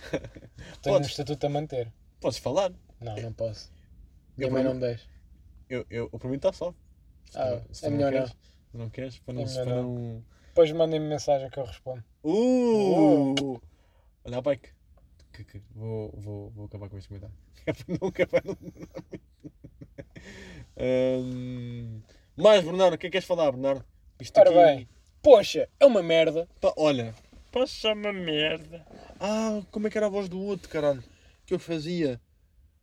Speaker 2: Tenho
Speaker 1: Podes.
Speaker 2: um estatuto a manter.
Speaker 1: Podes falar.
Speaker 2: Não, não posso.
Speaker 1: Eu
Speaker 2: Minha mãe
Speaker 1: para
Speaker 2: não me deixa.
Speaker 1: Eu, eu, eu para mim está só. Se
Speaker 2: Ah,
Speaker 1: tu- se
Speaker 2: é
Speaker 1: tu
Speaker 2: melhor
Speaker 1: queres,
Speaker 2: não.
Speaker 1: se tu não queres, para
Speaker 2: É
Speaker 1: não. se-
Speaker 2: melhor
Speaker 1: para
Speaker 2: não.
Speaker 1: não...
Speaker 2: Depois mandem-me mensagem que eu respondo.
Speaker 1: Uh! Olha, pai, que, que, que- vou, vou, vou acabar com este comentário. <laughs> É para não acabar no <laughs> Ahm, Mais, Bernardo, o que é que queres falar, Bernardo? Isto
Speaker 2: Ora bem, poxa, é uma merda.
Speaker 1: Pá, olha. Passa uma merda. Ah, como é que era a voz do outro, caralho? Que eu fazia?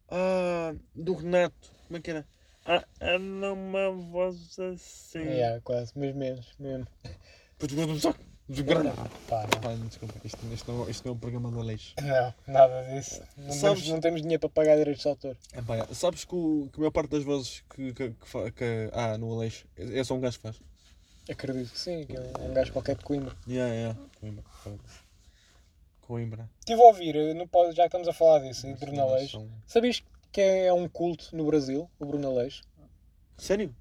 Speaker 1: Ah, do Renato. Como é que era? Ah, era uma voz assim.
Speaker 2: Yeah, quase, mas menos, mesmo.
Speaker 1: Depois do saco. Do grana.
Speaker 2: Pá, não.
Speaker 1: Ah, Pá, desculpa, isto, isto, não, isto não é um programa da leis.
Speaker 2: Não, nada disso. Não,
Speaker 1: Sabes-
Speaker 2: temos, não temos dinheiro para pagar direitos de autor.
Speaker 1: É pá, é. sabes que, o, que a maior parte das vozes que, que, que, fa- que há no Aleixo é, é só um gajo que faz.
Speaker 2: Acredito que sim, que é um gajo qualquer de Coimbra.
Speaker 1: Yeah, yeah. Coimbra. foda-se. Coimbra.
Speaker 2: Estive a ouvir, eh, no, pod- já que estamos a falar disso, e Bruno Aleixo.
Speaker 1: São-
Speaker 2: Sabias que é um culto no Brasil, o Bruno Aleixo?
Speaker 1: Sério?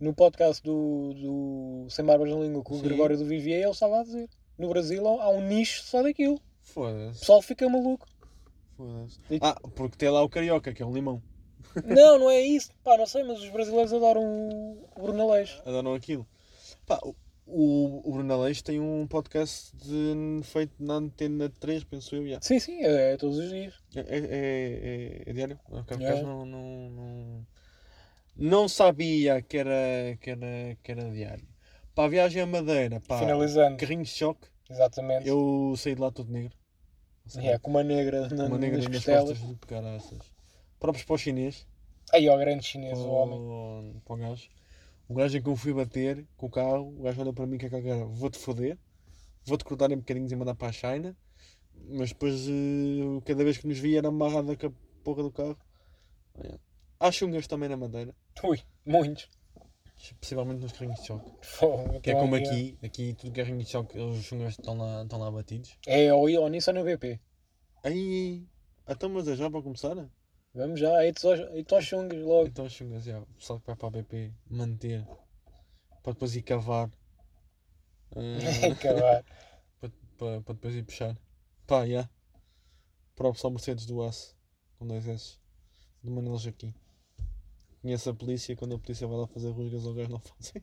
Speaker 2: no podcast do, do Sem Barbas na Língua com o
Speaker 1: Sim.
Speaker 2: Gregório do Vivier, ele estava a dizer. No Brasil há um nicho só daquilo. O
Speaker 1: Foda-se.
Speaker 2: pessoal fica
Speaker 1: <laughs>
Speaker 2: maluco.
Speaker 1: Foda-se.
Speaker 2: E-
Speaker 1: Ah, porque tem lá o carioca, que é um limão.
Speaker 2: não, não é isso. Pá, não sei, mas os brasileiros adoram o o Bruno Aleixo.
Speaker 1: Adoram aquilo. Pá, o, o Bruno Aleixo tem um podcast de- feito na Antena 3, penso eu, já.
Speaker 2: Sim, sim, é, é todos os dias.
Speaker 1: É, é, é, é diário? Não, Por
Speaker 2: Yeah.
Speaker 1: acaso não, não, não, não sabia que era, que era, que era diário. Para a viagem à Madeira, pá,
Speaker 2: Finalizando.
Speaker 1: carrinho de choque,
Speaker 2: Exatamente.
Speaker 1: eu saí de lá todo negro. Ou seja,
Speaker 2: É, com uma negra, na,
Speaker 1: uma negra
Speaker 2: nas
Speaker 1: nas
Speaker 2: costelas.
Speaker 1: costas do caraças. Próprios para o chinês,
Speaker 2: Aí, ó, grande chinês,
Speaker 1: para
Speaker 2: o homem.
Speaker 1: o, para o um gajo. O gajo em que eu fui bater com o carro, o gajo olha para mim com a cara, vou-te foder, vou-te cortar em bocadinhos e mandar para a China. Mas depois, eh, cada vez que nos via, era amarrada com a porra do carro. Olha. Há chungas também na Madeira,
Speaker 2: Ui, muitos.
Speaker 1: possivelmente nos carrinhos de choque.
Speaker 2: Fogo,
Speaker 1: Que é
Speaker 2: então,
Speaker 1: como aqui, aqui tudo carrinho de choque, os chungas estão lá, estão lá batidos.
Speaker 2: É, ou ou nisso ou no BP.
Speaker 1: Aí, então, mas é já para começar?
Speaker 2: Vamos já, é aí tu aos- aí tu aos chungas
Speaker 1: <laughs>
Speaker 2: logo.
Speaker 1: Então, chungas, já, o pessoal que vai para a BP manter, para depois ir cavar, <laughs> eh,
Speaker 2: É, Acabar.
Speaker 1: para, para, para depois ir puxar. Pá, já. Para o pessoal Mercedes do Aço, com dois S, do Manuel Joaquim. Conhece a polícia, quando a polícia vai lá fazer rusgas, ao gajo não fazem.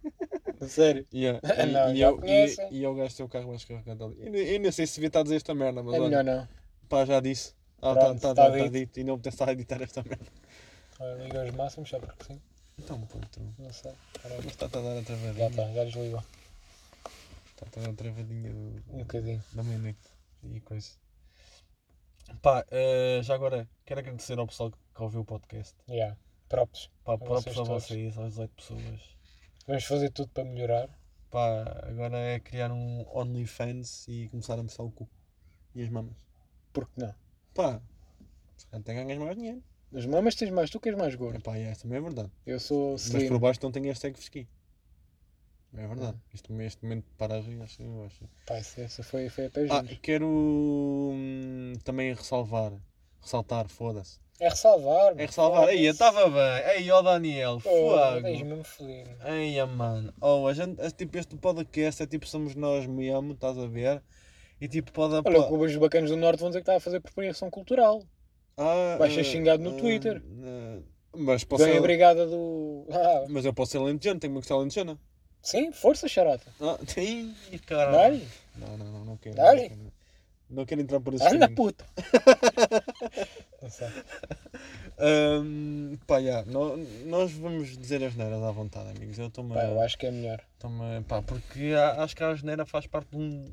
Speaker 2: Sério.
Speaker 1: <laughs>
Speaker 2: <laughs>
Speaker 1: Yeah.
Speaker 2: Não,
Speaker 1: E, e,
Speaker 2: já
Speaker 1: eu,
Speaker 2: conhecem.
Speaker 1: e, e eu gasto o carro mais carregado ali. Eu, nem- eu nem sei se devia estar a dizer esta merda, mas
Speaker 2: É
Speaker 1: olha,
Speaker 2: melhor não.
Speaker 1: pá, já disse. Ah,
Speaker 2: Pronto,
Speaker 1: está tá,
Speaker 2: tá
Speaker 1: tá
Speaker 2: dito.
Speaker 1: dito. E não me estar a editar esta merda.
Speaker 2: Ora, Liga os máximos, só porque sim.
Speaker 1: Então, pô, tu.
Speaker 2: Não sei. Ora,
Speaker 1: Mas está-te a dar a
Speaker 2: Já tá.
Speaker 1: travadinha.
Speaker 2: está, já desligou.
Speaker 1: Está-te a dar a travadinha do,
Speaker 2: Um bocadinho.
Speaker 1: da meia-noite e coisa. Pá, eh, já agora quero agradecer ao pessoal que que ouviu o podcast.
Speaker 2: Yeah. Props.
Speaker 1: Pá,
Speaker 2: A
Speaker 1: próprios
Speaker 2: vocês
Speaker 1: a
Speaker 2: todos.
Speaker 1: vocês, às 18 pessoas.
Speaker 2: Vamos fazer tudo para melhorar.
Speaker 1: Pá, agora é criar um OnlyFans e começar a mostrar o cu e as mamas.
Speaker 2: Porque não?
Speaker 1: Pá, se calhar até ganhas mais dinheiro.
Speaker 2: As mamas tens mais, tu que és mais gordo.
Speaker 1: Epá, e essa também é verdade.
Speaker 2: Eu sou
Speaker 1: Mas por
Speaker 2: slim.
Speaker 1: baixo não tem hashtag fresqui. É verdade. Este, este momento de paragem, acho que assim, eu acho.
Speaker 2: Pá, isso- essa foi, foi a
Speaker 1: Ah,
Speaker 2: pé
Speaker 1: quero hum, também ressalvar. Ressaltar, foda-se.
Speaker 2: É ressalvar.
Speaker 1: É ressalvar. Aí, eu estava bem. Aí, ó Daniel,
Speaker 2: Tens
Speaker 1: fogo.
Speaker 2: mesmo fodido.
Speaker 1: Aí, mano. Oh, a gente, é tipo, este podcast é tipo, somos nós mesmo, estás a ver? E tipo, pode
Speaker 2: Olha,
Speaker 1: apla-
Speaker 2: os bacanos do Norte vão dizer que está a fazer apropriação cultural.
Speaker 1: Ah,
Speaker 2: vais ser
Speaker 1: ah,
Speaker 2: xingado no
Speaker 1: ah,
Speaker 2: Twitter.
Speaker 1: ah, mas, posso
Speaker 2: Bem,
Speaker 1: ser,
Speaker 2: obrigada do. Ah,
Speaker 1: mas eu posso ser lentejano, tenho uma questão lentejana.
Speaker 2: sim, força, charata.
Speaker 1: Ah, <laughs> tem, caralho.
Speaker 2: Dá-lhe.
Speaker 1: Não, não, não, não quero.
Speaker 2: Dá-lhe.
Speaker 1: não quero. Não quero entrar por esse
Speaker 2: Anda,
Speaker 1: caminho.
Speaker 2: puto.
Speaker 1: <laughs> Ahm, pá, já, nó- nós vamos dizer as neiras à vontade, amigos. Eu estou-me.
Speaker 2: Pá, eu acho que é melhor.
Speaker 1: estou-me- Pá, porque a- acho que a asneira faz parte de, um-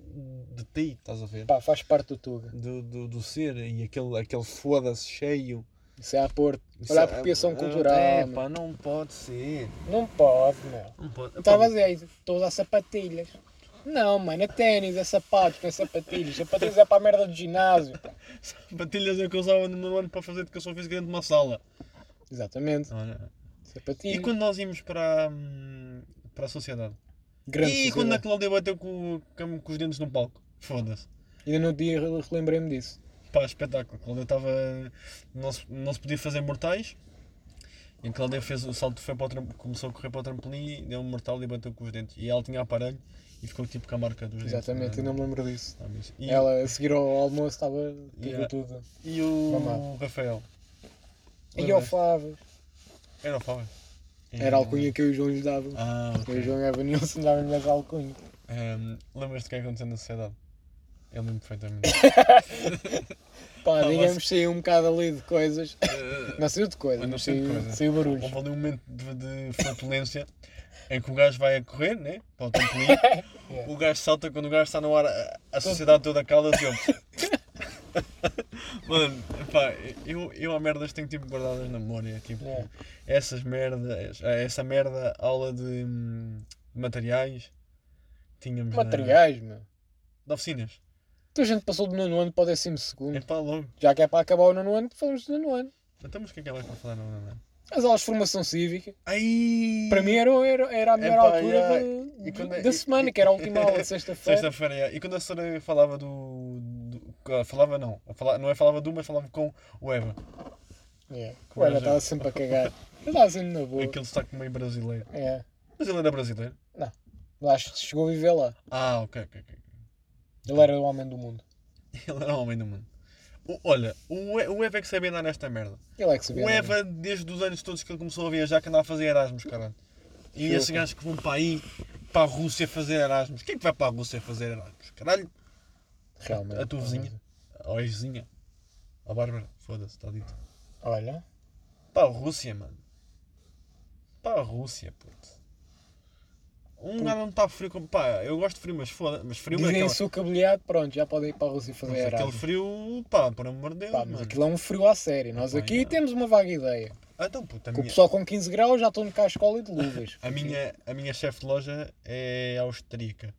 Speaker 1: de ti, estás a ver?
Speaker 2: Pá, faz parte do Tuga.
Speaker 1: Do, do, do ser e aquele, aquele foda-se cheio.
Speaker 2: Isso é a Porto.
Speaker 1: Isso
Speaker 2: Olha a
Speaker 1: é-
Speaker 2: apropriação cultural.
Speaker 1: É,
Speaker 2: meu.
Speaker 1: pá, não pode ser.
Speaker 2: Não pode, meu.
Speaker 1: Não pode.
Speaker 2: Estava a dizer, estou a usar sapatilhas. Não, mano, é ténis, é sapatos, não é sapatilhas. Sapatilhas é para a merda do ginásio. pá.
Speaker 1: Batilhas é o que eu usava no meu ano para fazer educação física dentro de uma sala.
Speaker 2: Exatamente.
Speaker 1: Olha. E
Speaker 2: Sapatilhas.
Speaker 1: quando nós íamos para, hum, para a sociedade?
Speaker 2: Grande
Speaker 1: e quando a
Speaker 2: sociedade.
Speaker 1: Cláudia bateu com, com, com os dentes no palco? Foda-se.
Speaker 2: Ainda no dia eu relembrei-me disso.
Speaker 1: Pá, espetáculo. Cláudia estava. Não se, não se podia fazer mortais. E a Cláudia fez o salto, foi para o tram- começou a correr para o trampolim, deu um mortal e bateu com os dentes. E ela tinha aparelho e ficou tipo com a marca dos
Speaker 2: Exatamente,
Speaker 1: dentes.
Speaker 2: eu não me lembro disso.
Speaker 1: Ah, mas- E,
Speaker 2: Ela a seguir ao almoço estava.
Speaker 1: Yeah.
Speaker 2: cagou tudo.
Speaker 1: e o
Speaker 2: Mamá.
Speaker 1: Rafael?
Speaker 2: E ao Flávio.
Speaker 1: Era o Fábio.
Speaker 2: Era a alcunha que eu e o João lhes davam.
Speaker 1: Ah,
Speaker 2: Eu e o
Speaker 1: ok.
Speaker 2: João e a Vanilson davam-lhe as alcunhas.
Speaker 1: Ehm, Lembras-te do que aconteceu na sociedade? Eu lembro perfeitamente.
Speaker 2: Pá,
Speaker 1: Ah,
Speaker 2: digamos, saiu um bocado ali de coisas. <laughs>
Speaker 1: Eh,
Speaker 2: Não saiu de coisas,
Speaker 1: Mas não
Speaker 2: mas
Speaker 1: saiu de
Speaker 2: saiu,
Speaker 1: coisas.
Speaker 2: saiu barulho.
Speaker 1: Houve ali um momento de, de flatulência em que o gajo vai a correr, né? Para o trampolim.
Speaker 2: <laughs>
Speaker 1: O gajo salta, quando o gajo está no ar, a, a sociedade toda calda se
Speaker 2: <laughs>
Speaker 1: ouve. Mano, pá, eu, eu há merdas que tenho tipo guardadas na memória. Tipo,
Speaker 2: É.
Speaker 1: essas merdas, eh, essa merda, aula de hum, materiais. Tínhamos na-
Speaker 2: Materiais, meu.
Speaker 1: de oficinas.
Speaker 2: Então a gente passou do nono ano para o décimo
Speaker 1: É
Speaker 2: segundo.
Speaker 1: pá, logo.
Speaker 2: Já que é para acabar o nono ano, falamos do nono ano.
Speaker 1: Então, mas o que é que é mais para falar? Não, não, não.
Speaker 2: As aulas de formação cívica,
Speaker 1: Aí!
Speaker 2: para mim era, era, era a melhor
Speaker 1: Epá,
Speaker 2: altura
Speaker 1: yeah.
Speaker 2: do-
Speaker 1: E quando é-
Speaker 2: da semana, que era a última aula de sexta-feira.
Speaker 1: Sexta-feira, yeah. e quando a senhora falava do. do- ah, falava não, A fala- não é falava do, mas falava com o Eva.
Speaker 2: Yeah.
Speaker 1: Com
Speaker 2: Olha,
Speaker 1: a
Speaker 2: estava sempre a cagar. Eu estava sempre na boa.
Speaker 1: Aquele sotaque meio brasileiro.
Speaker 2: É.
Speaker 1: Mas ele era brasileiro?
Speaker 2: Lá Acho que chegou a viver lá.
Speaker 1: Ah, ok, ok, ok. <laughs>
Speaker 2: Ele era o homem do mundo.
Speaker 1: Ele era um homem do mundo. O- olha, o, E- o Eva é que sabia andar nesta merda.
Speaker 2: Ele é que sabia.
Speaker 1: O
Speaker 2: não é?
Speaker 1: Eva, desde os anos todos que ele começou a viajar, que andava a fazer Erasmus, caralho. E
Speaker 2: Sim,
Speaker 1: esses
Speaker 2: sim.
Speaker 1: gajos que vão para aí, para a Rússia fazer Erasmus. Quem é que vai para a Rússia fazer Erasmus? Caralho,
Speaker 2: Realmente.
Speaker 1: a tua vizinha. Ou a vizinha. A Bárbara, foda-se, está dito.
Speaker 2: Olha.
Speaker 1: Para a Rússia, mano. Para a Rússia, puto. Um lugar onde está frio como. Pá, eu gosto de frio, mas foda Mas frio é
Speaker 2: Dizem
Speaker 1: aquela...
Speaker 2: isso o cabeleado, pronto, já podem ir para a Rússia fazer
Speaker 1: mas aquele
Speaker 2: Erasmus.
Speaker 1: frio, pá, por amor de Deus,
Speaker 2: Pá, mas
Speaker 1: mano.
Speaker 2: aquilo é um frio à sério. Nós
Speaker 1: Epá,
Speaker 2: aqui
Speaker 1: yeah.
Speaker 2: temos uma vaga ideia.
Speaker 1: Ah, então, puta, a
Speaker 2: Que o
Speaker 1: minha,
Speaker 2: pessoal com 15 graus já estão de cascola e de luvas.
Speaker 1: a minha, a minha chefe de loja é austríaca.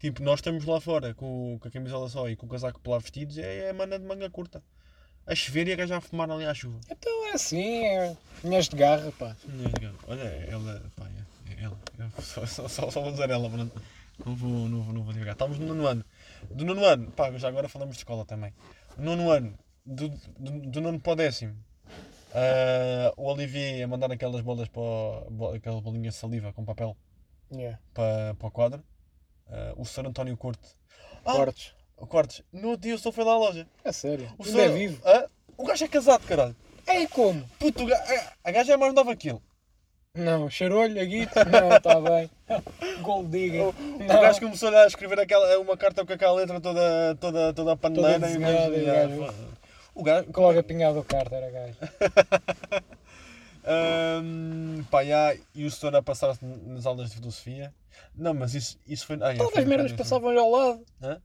Speaker 1: Tipo, nós estamos lá fora com, com a camisola só e com o casaco por lá vestidos, é, é mana de manga curta. A chover e a gaja a fumar ali à chuva.
Speaker 2: Então é assim, é. Minhas de garra, pá.
Speaker 1: Olha, ela, pá, é, é ela. Eu só, só, só, só vou dizer ela, pronto. Não vou, não vou, não vou divulgar. Estávamos no nono ano. Do nono ano, pá, já agora falamos de escola também. Nono ano, do, do, do nono para o décimo. ah, o Olivier a mandar aquelas bolas para o- bo- aquelas bolinhas de saliva com papel
Speaker 2: Yeah.
Speaker 1: para, para o quadro. Ah, o Sr. António Corte. Ah,
Speaker 2: Cortes.
Speaker 1: o Cortes. No outro dia o senhor foi lá à loja.
Speaker 2: É sério.
Speaker 1: O
Speaker 2: Ainda é
Speaker 1: senhor-
Speaker 2: vivo.
Speaker 1: Hã? o gajo é casado, caralho.
Speaker 2: Ei, como?
Speaker 1: Puto, o ga- a, a gaja é mais nova que ele.
Speaker 2: Não, charolho, a guita. Não, está bem. <laughs> Gold digger.
Speaker 1: O
Speaker 2: Não.
Speaker 1: gajo começou a escrever aquela, uma carta com aquela letra toda, toda, toda a paneleira e o gajo-
Speaker 2: desenhada, e o
Speaker 1: Ah,
Speaker 2: gajo-
Speaker 1: foda-se. O gajo.
Speaker 2: Coloca pinhado o carta, era gajo.
Speaker 1: Ahm, pá, já, e o senhor a passar-se nas aulas de filosofia. Não, mas isso, isso foi. Ah, já,
Speaker 2: Todas
Speaker 1: foi
Speaker 2: as
Speaker 1: no
Speaker 2: merdas
Speaker 1: colégio,
Speaker 2: passavam-lhe ao lado.
Speaker 1: Hã?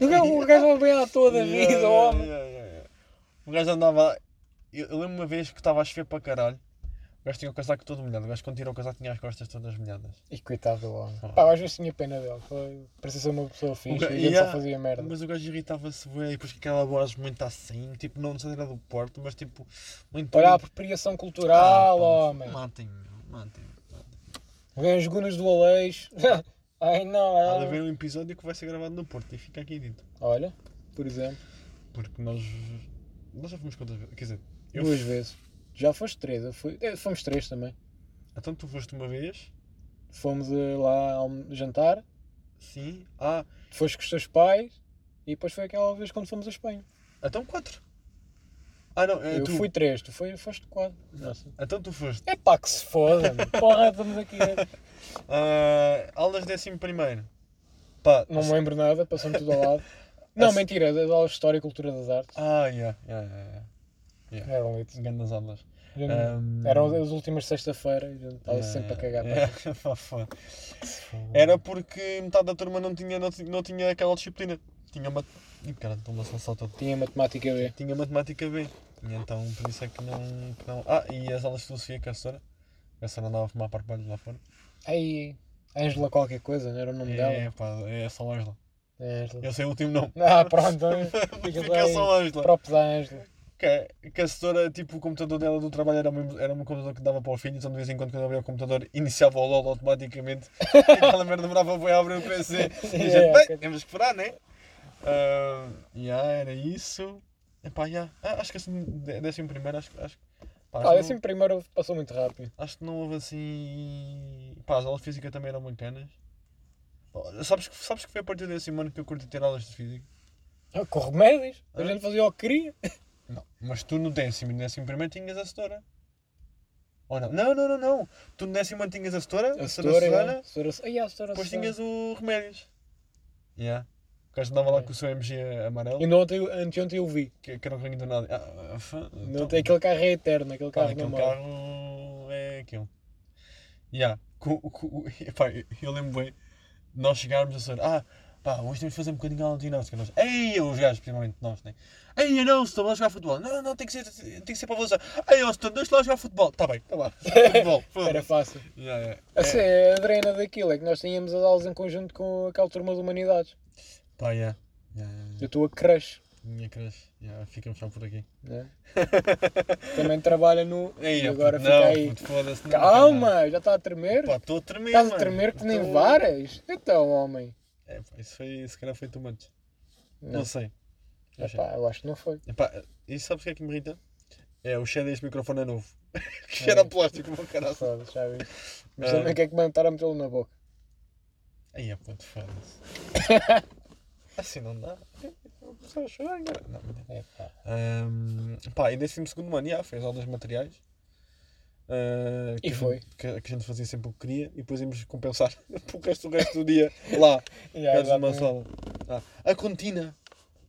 Speaker 2: Não, o gajo apanhava toda a
Speaker 1: foi.
Speaker 2: vida,
Speaker 1: Ya,
Speaker 2: homem.
Speaker 1: ya, ya, ya. O gajo andava. Eu, eu lembro uma vez que estava a chover para caralho. O gajo tinha o casaco todo molhado. O gajo, quando tirou o casaco, tinha as costas todas molhadas.
Speaker 2: E coitado do homem.
Speaker 1: Ah.
Speaker 2: Pá, às vezes tinha pena dele. Foi... Parecia ser uma pessoa
Speaker 1: O
Speaker 2: fixe
Speaker 1: ga-
Speaker 2: e ele
Speaker 1: yeah,
Speaker 2: só fazia merda.
Speaker 1: Mas o gajo irritava-se, bué, e depois que aquela voz muito assim, tipo, não sei se era do Porto, mas tipo, muito.
Speaker 2: Olha a apropriação
Speaker 1: Ah,
Speaker 2: cultural, homem.
Speaker 1: Matem, meu, matem. matem.
Speaker 2: Vem as gunas do Aleixo. <laughs> Ai não,
Speaker 1: Há de
Speaker 2: ai.
Speaker 1: haver um episódio que vai ser gravado no Porto e fica aqui dentro.
Speaker 2: Olha, por exemplo,
Speaker 1: Porque nós. Nós já fomos quantas vezes? Quer dizer, eu.
Speaker 2: duas vezes. Já foste três, eu fui. eh, Fomos três também.
Speaker 1: Então tu foste uma vez,
Speaker 2: Fomos eh, lá ao jantar,
Speaker 1: sim. Ah,
Speaker 2: tu foste com os teus pais e depois foi aquela vez quando fomos à Espanha.
Speaker 1: então quatro. Ah não, é
Speaker 2: eu
Speaker 1: tu.
Speaker 2: fui três, tu foi, foste quatro. Nossa.
Speaker 1: Então tu foste.
Speaker 2: É pá que se foda, meu. <laughs> porra, estamos aqui. né?
Speaker 1: Ah, aulas décimo primeiro. Pá,
Speaker 2: <laughs> Não me lembro nada, passou-me tudo ao lado. Não,
Speaker 1: Esse-
Speaker 2: mentira, é da aula de História e Cultura das Artes.
Speaker 1: Ah, yeah, yeah, yeah.
Speaker 2: Eram litos.
Speaker 1: yeah. Grandes aulas.
Speaker 2: Ah, hum. Eram
Speaker 1: Um,
Speaker 2: as últimas sexta-feira e a gente estava
Speaker 1: yeah,
Speaker 2: é sempre a
Speaker 1: yeah,
Speaker 2: cagar. para
Speaker 1: yeah. <laughs> Pá, foda. Era porque metade da turma não tinha, não, ti- não tinha aquela disciplina. Tinha uma. Ih, cara, estou-me a solução todo.
Speaker 2: Tinha matemática B.
Speaker 1: Tinha matemática B. E então por isso é que não. que não... Ah, e as aulas de filosofia que a senhora. A senhora andava a fumar parpalhos lá fora.
Speaker 2: Aí, Ângela qualquer coisa, não era o nome dela?
Speaker 1: É, pá, é só Ângela.
Speaker 2: É, Ângela.
Speaker 1: Eu sei o último nome.
Speaker 2: Ah, pronto. <laughs>
Speaker 1: Fica,
Speaker 2: Fica
Speaker 1: só
Speaker 2: só
Speaker 1: Ângela.
Speaker 2: Próprio da Ângela.
Speaker 1: Que, que a senhora, tipo, o computador dela do trabalho era, o mesmo, era um computador que dava para o filho, então de vez em quando, quando abria o computador, iniciava o LOL
Speaker 2: <laughs>
Speaker 1: automaticamente. e aquela merda demorava bem a abrir o PC. E a gente,
Speaker 2: Yeah,
Speaker 1: "Bem,
Speaker 2: é, ok.
Speaker 1: temos que esperar, né? Ah, yeah, era isso. Epá, yeah. Ah, acho que assim, dé- décimo primeiro, acho, que- acho, que- pá, acho
Speaker 2: Ah,
Speaker 1: que
Speaker 2: assim primeiro passou muito rápido.
Speaker 1: não, acho que não houve assim. Pá, as aulas de física também eram bacanas. Oh, Sabes, que- sabes que foi a partir desse ano que eu curti ter aulas de física?
Speaker 2: Ah, Com remédios? A
Speaker 1: Ah.
Speaker 2: gente fazia o que queria.
Speaker 1: Não, mas tu no décimo e no décimo primeiro tinhas a setora. Ou não? Não, não, não, não. Tu no décimo ano tinhas a setora,
Speaker 2: A é.
Speaker 1: a setora Susana,
Speaker 2: Sra. Susana. Ai, a Sra.
Speaker 1: depois
Speaker 2: Susana.
Speaker 1: tinhas o Remédios. Yeah. O gajo andava lá
Speaker 2: Ok.
Speaker 1: com o seu MG amarelo,
Speaker 2: Ainda ontem, anteontem eu vi.
Speaker 1: que, que era um carrinho do nada. Ah, ah, fã,
Speaker 2: Não
Speaker 1: então,
Speaker 2: tem aquele carro é eterno, aquele
Speaker 1: pá,
Speaker 2: carro
Speaker 1: aquele
Speaker 2: não morre.
Speaker 1: carro um é aquilo. Yeah. Com, com, <laughs> epá, eu- eu lembro bem, nós chegarmos a ser, ah, pá, hoje temos de fazer um bocadinho de aula de ginástica. Nós, ei, os gajos, principalmente nós, né? Ei, eu não, estou lá a jogar futebol. Não, não, tem que ser, tem que ser para você. Ei, eu estou, deixa lá a jogar futebol. Tá bem, tá lá.
Speaker 2: <laughs>
Speaker 1: Futebol, foda-se.
Speaker 2: Era fácil.
Speaker 1: Yeah, yeah.
Speaker 2: A sé- a drena daquilo é que nós tínhamos as aulas em conjunto com aquela turma de Humanidades.
Speaker 1: Pá, yeah. Yeah, yeah, yeah.
Speaker 2: Eu estou a crush.
Speaker 1: Minha crush. Yeah, ficamos só por aqui.
Speaker 2: né?
Speaker 1: <laughs>
Speaker 2: Também trabalha no.
Speaker 1: Ei,
Speaker 2: e agora
Speaker 1: puto,
Speaker 2: fica
Speaker 1: não,
Speaker 2: aí.
Speaker 1: puto, foda-se. não, cara.
Speaker 2: Calma, já está a tremer?
Speaker 1: Pá, estou a tremer,
Speaker 2: Estás a
Speaker 1: mano.
Speaker 2: tremer que
Speaker 1: Tô-
Speaker 2: nem varas? Então, homem.
Speaker 1: É, pá, isso foi, se calhar foi too much. Não,
Speaker 2: Não,
Speaker 1: sei. Não sei.
Speaker 2: É. epá, eu acho que
Speaker 1: <laughs>
Speaker 2: não foi.
Speaker 1: Epá, e sabes o que é que me irrita? É o cheiro deste microfone é novo. <laughs> que
Speaker 2: É.
Speaker 1: era plástico, meu caralho.
Speaker 2: Foda, já vi. Mas
Speaker 1: Ah.
Speaker 2: também o que é que me estar a metê-lo na boca?
Speaker 1: Aí é puto,
Speaker 2: <laughs>
Speaker 1: foda-se. assim não dá. Eu comecei a chorar, cara. Não, mentira.
Speaker 2: Epá.
Speaker 1: Ahm, pá, e nesse segundo ano, já, fez aulas de materiais. Ah, que a gente-
Speaker 2: foi.
Speaker 1: Que, que a gente fazia sempre o que queria e depois íamos compensar <laughs> o resto, o resto do dia lá.
Speaker 2: Yeah,
Speaker 1: dentro de uma
Speaker 2: exatamente.
Speaker 1: sala. Ah, a contina.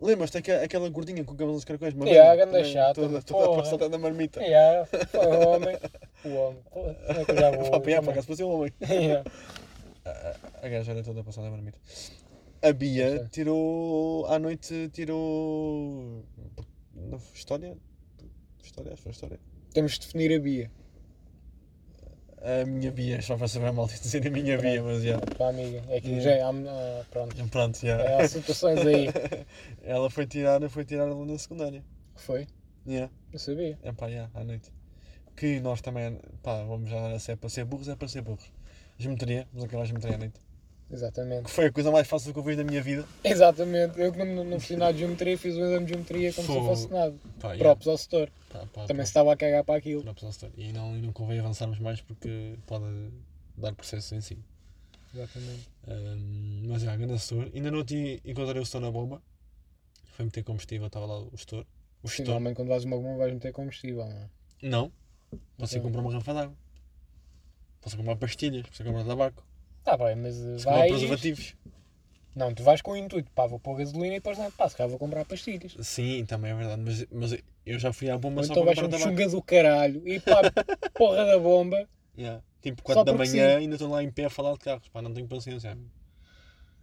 Speaker 1: Lembras-te daquela- aquela gordinha com cabelo dos caracóis? Uma
Speaker 2: Yeah,
Speaker 1: velha,
Speaker 2: ganda
Speaker 1: também,
Speaker 2: chata,
Speaker 1: Toda,
Speaker 2: porra. É,
Speaker 1: toda passada na marmita.
Speaker 2: Yeah, foi o homem. O homem. Pô, como é que eu <laughs> já vou. É.
Speaker 1: Vou apanhar para acaso fazer um homem.
Speaker 2: Yeah.
Speaker 1: A gaja
Speaker 2: é
Speaker 1: era toda passada a marmita. A Bia
Speaker 2: Ok.
Speaker 1: tirou. À noite tirou. na História? História? Acho que foi história.
Speaker 2: Temos de definir a Bia.
Speaker 1: A minha Bia, só para saber mal dizer a minha
Speaker 2: É.
Speaker 1: Bia, mas já.
Speaker 2: A tua amiga. É que
Speaker 1: Yeah.
Speaker 2: já. há- ah, pronto.
Speaker 1: Pronto, já.
Speaker 2: É, há situações <laughs> aí.
Speaker 1: Ela foi tirada, foi tirada na secundária.
Speaker 2: Foi?
Speaker 1: Yeah.
Speaker 2: Não sabia.
Speaker 1: É pá, yeah, à noite. Que nós também, pá, vamos já dar a ser para ser burros, é para ser burros. Geometria, vamos acabar a geometria à noite. Que
Speaker 2: Exatamente.
Speaker 1: foi a coisa mais fácil que eu fiz da minha vida.
Speaker 2: Exatamente. Eu que não, não- não fiz nada de geometria, fiz um exame de geometria como se
Speaker 1: Fogo.
Speaker 2: não fosse nada.
Speaker 1: Pá,
Speaker 2: Próprios ao setor.
Speaker 1: Pá, pá,
Speaker 2: Também
Speaker 1: pá,
Speaker 2: se estava a cagar para aquilo.
Speaker 1: próprio All-Star. E não, e não convém avançarmos mais porque pode dar processos em si.
Speaker 2: Exatamente.
Speaker 1: Ahm, mas é, a grande setor. Ainda não te encontrei o setor na bomba. Foi meter combustível, estava lá o setor. O setor.
Speaker 2: Finalmente, quando vais uma bomba, vais meter combustível, não é?
Speaker 1: Não. Posso ir
Speaker 2: Então.
Speaker 1: comprar uma garrafa d'água. Posso comprar pastilhas, posso comprar tabaco.
Speaker 2: Tá bem, mas eh,
Speaker 1: Posso comprar
Speaker 2: vais.
Speaker 1: preservativos.
Speaker 2: Não, tu vais com o intuito, pá, vou pôr gasolina e depois não, pá, se calhar vou comprar pastilhas.
Speaker 1: Sim, também é verdade, mas, mas eu já fui à bomba
Speaker 2: Ou
Speaker 1: só
Speaker 2: então
Speaker 1: para
Speaker 2: vais ser
Speaker 1: comprar
Speaker 2: um
Speaker 1: tabaco.
Speaker 2: chunga do caralho e <laughs> pá, porra da bomba.
Speaker 1: Yeah. Tipo, 4 da
Speaker 2: porque
Speaker 1: manhã
Speaker 2: sim.
Speaker 1: ainda estou lá em pé a falar de carros, pá, não tenho paciência.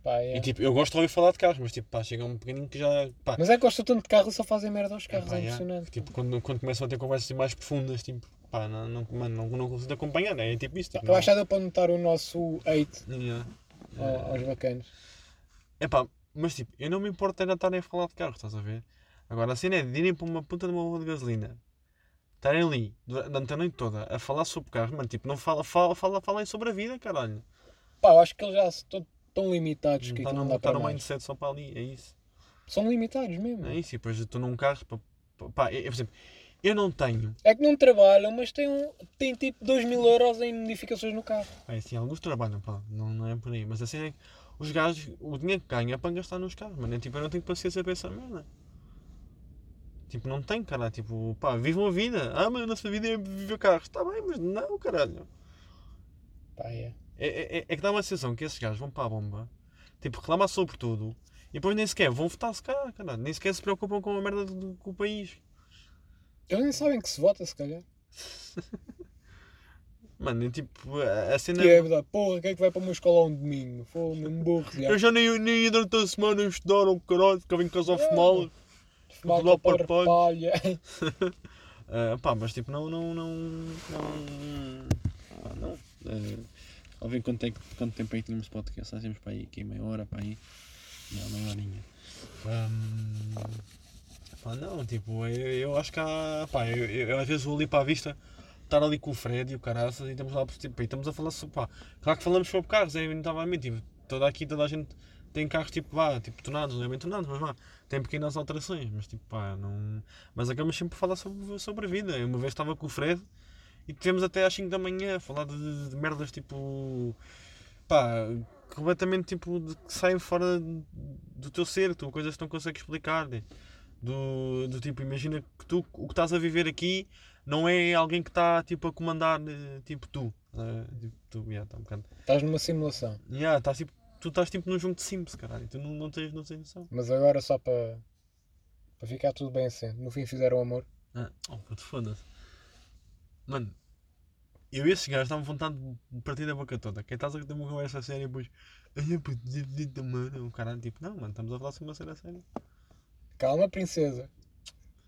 Speaker 2: Pá, é.
Speaker 1: E tipo, eu gosto de ouvir falar de carros, mas tipo, pá, chega um bocadinho que já. Pá,
Speaker 2: Mas é que gosto tanto de carro e só fazem merda aos carros,
Speaker 1: pá,
Speaker 2: é,
Speaker 1: yeah.
Speaker 2: impressionante.
Speaker 1: Tipo, quando, quando começam a ter conversas assim mais profundas, tipo, pá, não, não, mano, não, não consigo acompanhar, é tipo isso. Tipo,
Speaker 2: Eu acho que deu para notar o nosso 8
Speaker 1: não, Yeah.
Speaker 2: ao- aos bacanas.
Speaker 1: É pá, mas tipo, eu não me importo era estarem a falar de carros, estás a ver? Agora, assim é de irem para uma ponta de uma bomba de gasolina, estarem ali dura- durante a noite toda a falar sobre carros, mano, tipo, não fala, fala, fala, falem sobre a vida, caralho.
Speaker 2: Pá, eu acho que eles já estão tão limitados que
Speaker 1: Está
Speaker 2: aquilo
Speaker 1: num
Speaker 2: não dá
Speaker 1: tá
Speaker 2: para
Speaker 1: num
Speaker 2: mais.
Speaker 1: mindset só para ali, é isso.
Speaker 2: São limitados mesmo.
Speaker 1: É isso, e depois eu estou num carro. Pá, pá, pá, eu, por exemplo, eu não tenho.
Speaker 2: É que não trabalham, mas têm, um- têm tipo 2 mil euros em modificações no carro.
Speaker 1: Pá, assim, alguns trabalham, pá, não, não é por aí. Mas assim é que os gajos, o dinheiro que ganham é para gastar nos carros, mano. É, tipo, eu não tenho paciência para essa merda. Tipo, não tenho, caralho. Tipo, pá, vivam a vida. Ah, mas a nossa vida é viver carros. Está bem, mas não, caralho.
Speaker 2: Pá, é.
Speaker 1: É, é, é que dá uma sensação que esses gajos vão para a bomba, tipo, reclamar sobre tudo E depois nem sequer vão votar, se calhar, caralho. Nem sequer se preocupam com a merda do, com o país.
Speaker 2: Eles nem sabem que se vota, se calhar.
Speaker 1: Mano, é tipo, a a cena.
Speaker 2: Que é verdade, porra, quem é que vai para uma escola um domingo? Foi-me um burro, já.
Speaker 1: Eu já nem, nem ia durante a semana estudar, oh caralho, ficava em
Speaker 2: É,
Speaker 1: casa a fumar.
Speaker 2: Fumar
Speaker 1: lá para
Speaker 2: para
Speaker 1: pode.
Speaker 2: palha.
Speaker 1: Ah, pá, mas tipo, não, não, não, não, pá, não. Ah, ao ver quanto, tempo quanto tempo aí tínhamos de podcast, nós tínhamos para aí, aqui meia hora, para aí, não, meia horinha. Ahm, pá, não, tipo, eu, eu acho que há, pá, eu, eu- eu às vezes vou ali para a vista, estar ali com o Fred e o Caraças e estamos lá, tipo, e estamos a falar sobre, pá, claro que falamos sobre carros, é inevitavelmente, tipo, toda aqui, toda a gente tem carros, tipo, vá, tipo, tornados, não é bem tornados, mas vá, tem pequenas alterações, mas tipo, pá, não... Mas acabamos sempre por falar sobre, sobre a vida. Eu uma vez estava com o Fred e tivemos até às 5 da manhã a falar de, de merdas tipo. pá, completamente tipo. De, que saem fora do teu ser, tu, coisas que não consegues explicar. né? Do, do tipo, imagina que tu, o que estás a viver aqui não é alguém que está tipo a comandar, eh, tipo tu. Eh, tipo, tu, yeah, tá um bocado.
Speaker 2: <laughs> Estás numa simulação.
Speaker 1: Yeah, estás, tipo, tu estás tipo num jogo de Sims, caralho, tu não, não, tens, não tens noção.
Speaker 2: Mas agora só para para ficar tudo bem assim. No fim fizeram amor.
Speaker 1: Ah, oh, puto, foda-se. Mano, eu e esses gajos estavam vontade de partir da boca toda. Quem estás a ter uma conversa séria e depois. Ai, é, puto, de- de- de- mano, o caralho, tipo, não, mano, estamos a falar sobre uma cena séria.
Speaker 2: Calma, princesa.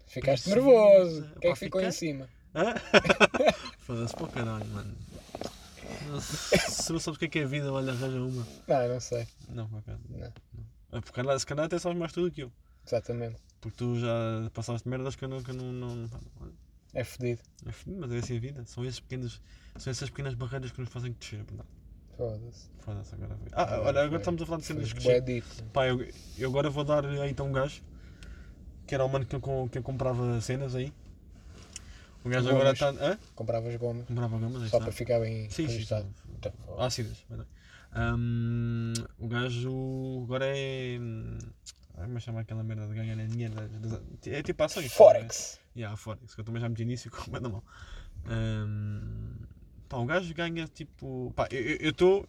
Speaker 2: Ficaste
Speaker 1: Princesa.
Speaker 2: nervoso. Quem é
Speaker 1: Pá,
Speaker 2: que ficou em
Speaker 1: fiquei.
Speaker 2: cima?
Speaker 1: Hã? Foda-se para o caralho, mano. Não, se se não sabes o que é que é vida, olha, arranja uma.
Speaker 2: Ah, Não, não sei.
Speaker 1: Não, por acaso.
Speaker 2: Não.
Speaker 1: Ah, por caralho, Se calhar até sabes mais tudo que eu.
Speaker 2: Exatamente.
Speaker 1: Porque tu já passaste merdas que eu não. Que eu não, não, pá, olha,
Speaker 2: É fedido.
Speaker 1: é fudido, mas é assim a vida. São, esses pequenos, são essas pequenas barreiras que nos fazem crescer, pá.
Speaker 2: Foda-se.
Speaker 1: Foda-se, agora foi. Ah, olha, agora estamos a falar de cenas que
Speaker 2: Foi bué né?
Speaker 1: chegam.
Speaker 2: deep.
Speaker 1: Pá, eu, eu agora vou dar aí então um gajo, que era o mano que eu, com- que eu comprava cenas aí. O gajo agora
Speaker 2: Gomas.
Speaker 1: está. Hã?
Speaker 2: Compravas gomas.
Speaker 1: Comprava gomas, aí
Speaker 2: Só
Speaker 1: está.
Speaker 2: para ficar bem
Speaker 1: Sim, sim.
Speaker 2: registado.
Speaker 1: sim. Ah,
Speaker 2: Então, foda-se.
Speaker 1: Ácidas. mas não. Hum, o gajo agora é. hum, Como é que chama aquela merda de ganhar dinheiro? das- das- É tipo ações.
Speaker 2: Forex.
Speaker 1: Yeah, Forex, que eu também já meti nisso e correu <laughs> bué da mal. Ahm, pá, o gajo ganha tipo. Pá, eu- eu eu estou.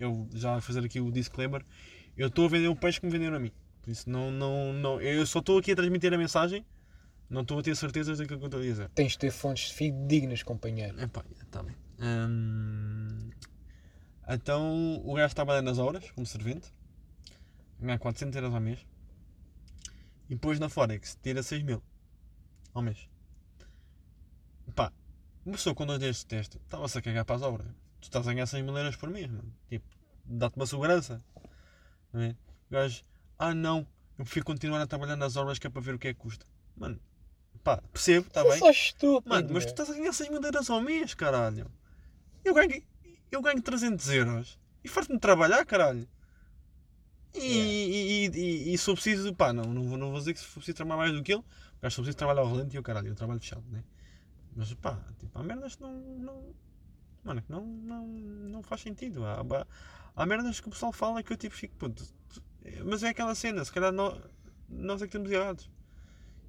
Speaker 1: Eu, já vou fazer aqui o disclaimer. Eu estou a vender o peixe que me venderam a mim. Por isso, não. não, não eu só estou aqui a transmitir a mensagem. Não estou a ter certezas daquilo que eu estou a dizer.
Speaker 2: Tens de ter fontes fidedignas, companheiro.
Speaker 1: Epá, está bem. Ahm, então, o gajo trabalha nas horas, como servente. Ganha 400 euros ao mês. E depois na Forex, tira 6 mil ao mês. Pá, uma pessoa com dois dedos de teste, estava-se a cagar para as obras. Tu estás a ganhar 6 mil euros por mês, mano. Tipo, dá-te uma segurança. Não é? O gajo, ah não, eu prefiro continuar a trabalhar nas obras que é para ver o que é que custa. Mano, pá, percebo, está
Speaker 2: Tu
Speaker 1: Tá bem.
Speaker 2: só estúpido.
Speaker 1: Mano, mas tu
Speaker 2: meu.
Speaker 1: estás a ganhar 6 mil euros ao mês, caralho. Eu ganho, eu ganho 300 euros. E farto-me trabalhar, caralho. E, e, e, e, e sou preciso, pá, não, não, vou- não vou dizer que sou preciso trabalhar mais do que ele. Mas sou preciso trabalhar ao relento e o caralho, eu trabalho fechado, né? Mas pá, tipo, há merdas que não. não mano, que não, não, não faz sentido. Há, há, há merdas que o pessoal fala que eu tipo fico, puto. tu- Mas é aquela cena, se calhar nó- nós é que estamos errados.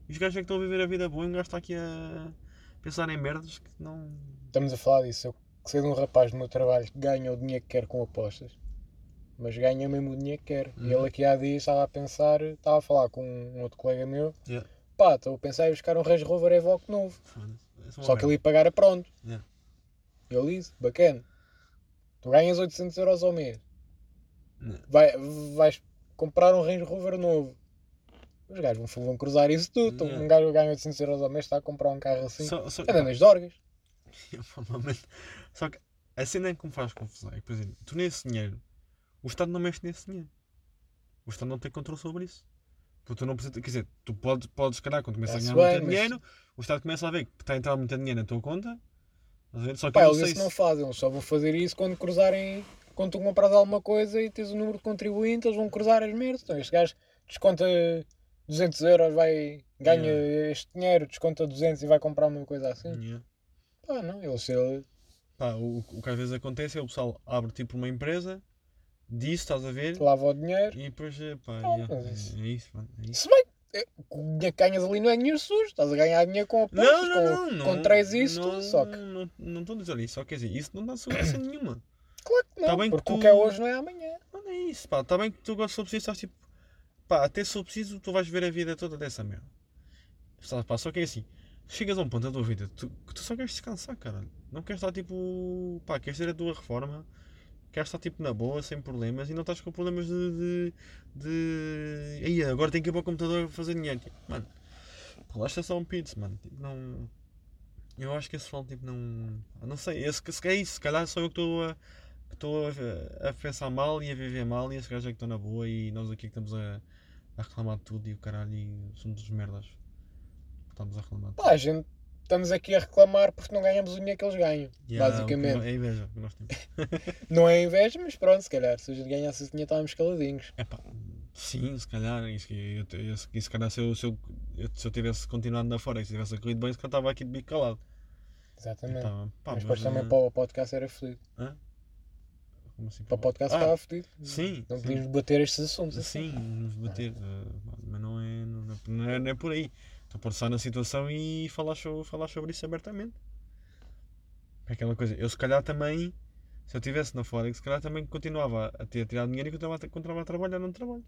Speaker 1: E os gajos é que estão a viver a vida boa e um gajo está aqui a pensar em merdas que não.
Speaker 2: Estamos a falar disso. Eu que sei de um rapaz do meu trabalho que ganha o dinheiro que quer com apostas. Mas ganha mesmo o dinheiro que quer. E
Speaker 1: Uhum.
Speaker 2: ele aqui há dias estava a pensar, estava a falar com um outro colega meu.
Speaker 1: Yeah.
Speaker 2: Pá, estou a pensar em buscar um Range Rover Evoque novo.
Speaker 1: Foda-se, é uma
Speaker 2: Só
Speaker 1: merda.
Speaker 2: que ele ia pagar a pronto.
Speaker 1: Yeah.
Speaker 2: Eu disse, bacana. Tu ganhas 800 euros ao mês.
Speaker 1: Yeah.
Speaker 2: Vai, vais comprar um Range Rover novo. Os gajos vão, vão cruzar isso tudo.
Speaker 1: Yeah.
Speaker 2: Um gajo ganha 800 euros ao mês, está a comprar um carro assim.
Speaker 1: Só, só,
Speaker 2: Anda nas dorgas.
Speaker 1: Provavelmente. é Só que a cena que me faz confusão é que, por exemplo, tu nesse dinheiro, o Estado não mexe nesse dinheiro. O Estado não tem controle sobre isso. Porque tu não precisa, quer dizer, tu podes, podes calhar, quando começas a
Speaker 2: Está-se
Speaker 1: ganhar
Speaker 2: bem,
Speaker 1: muito
Speaker 2: mas-
Speaker 1: dinheiro, o Estado começa a ver que está a entrar muito dinheiro na tua conta. estás a ver? Só que
Speaker 2: Pá,
Speaker 1: eu não
Speaker 2: eles
Speaker 1: sei
Speaker 2: isso não
Speaker 1: se...
Speaker 2: fazem, eles só vão fazer isso quando cruzarem. Quando tu compras alguma coisa e tens o número de contribuinte, eles vão cruzar as merdas. Então, este gajo desconta 200 euros, vai, ganha este dinheiro, desconta 200 e vai comprar uma coisa assim.
Speaker 1: Yeah.
Speaker 2: Pá, não, eles, ele-
Speaker 1: Pá, o, o que às vezes acontece é o pessoal abre tipo uma empresa, diz, estás a ver,
Speaker 2: lava o dinheiro.
Speaker 1: e depois, eh, pá,
Speaker 2: Ah,
Speaker 1: yeah,
Speaker 2: mas
Speaker 1: é,
Speaker 2: isso-
Speaker 1: é isso, mano, é isso.
Speaker 2: Se bem que é, o dinheiro que ganhas ali não é dinheiro sujo, estás a ganhar dinheiro com apostas,
Speaker 1: Não, não,
Speaker 2: com,
Speaker 1: não.
Speaker 2: com
Speaker 1: não,
Speaker 2: três isso,
Speaker 1: não,
Speaker 2: tudo, só que.
Speaker 1: Não não estou a dizer isso, só quer dizer, isso não dá
Speaker 2: <coughs>
Speaker 1: segurança nenhuma.
Speaker 2: Claro que não,
Speaker 1: Tá bem que
Speaker 2: porque o
Speaker 1: tu-
Speaker 2: que é hoje não é amanhã.
Speaker 1: tá Mano, é isso, pá. Está bem que tu gostas de subsistir, estás tipo. Pá, até se eu preciso, tu vais ver a vida toda dessa merda. Sabe, pá, só que é assim. Chegas a um ponto da tua vida tu- que tu só queres descansar, caralho. Não queres estar tipo. Pá, queres ter a tua reforma. Queres estar tipo na boa, sem problemas e não estás com problemas de. de. de... Aí, agora tenho que ir para o computador fazer dinheiro. Tipo, mano, relaxa só um pizza, mano. Tipo, não. Eu acho que esse pessoal, tipo, não. Não sei, esse, se calhar é isso. Se calhar sou eu que estou a que estou a, a pensar mal e a viver mal e esses gajos é que estão na boa e nós aqui que estamos a, a reclamar de tudo e o caralho e somos os merdas. Estamos a reclamar.
Speaker 2: Pá, a gente estamos aqui a reclamar porque não ganhamos o dinheiro que eles ganham,
Speaker 1: E há o que-
Speaker 2: basicamente.
Speaker 1: É a inveja que nós temos.
Speaker 2: Não é inveja, mas pronto, se calhar, se a gente ganhasse esse dinheiro estávamos caladinhos.
Speaker 1: Epá, sim, se calhar. Isso, que- eu, eu, se- se calhar se eu, se, eu, eu- se eu tivesse continuado na fora e se tivesse corrido bem, se calhar estava aqui de bico calado.
Speaker 2: Exatamente.
Speaker 1: Então, pá,
Speaker 2: mas depois também
Speaker 1: eh,
Speaker 2: para o podcast era fodido.
Speaker 1: como assim,
Speaker 2: Para o podcast
Speaker 1: Ah,
Speaker 2: estava fodido.
Speaker 1: sim,
Speaker 2: Não
Speaker 1: sim.
Speaker 2: podíamos debater estes assuntos assim.
Speaker 1: Sim, nos bater, eh, mas não é, não é, não é, não é por aí. Então pode estar na situação e falar, so- falar sobre isso abertamente. É aquela coisa. Eu se calhar também, se eu estivesse na Forex, se calhar também continuava a ter tirado dinheiro e continuava, a tra- continuava a trabalhar no trabalho.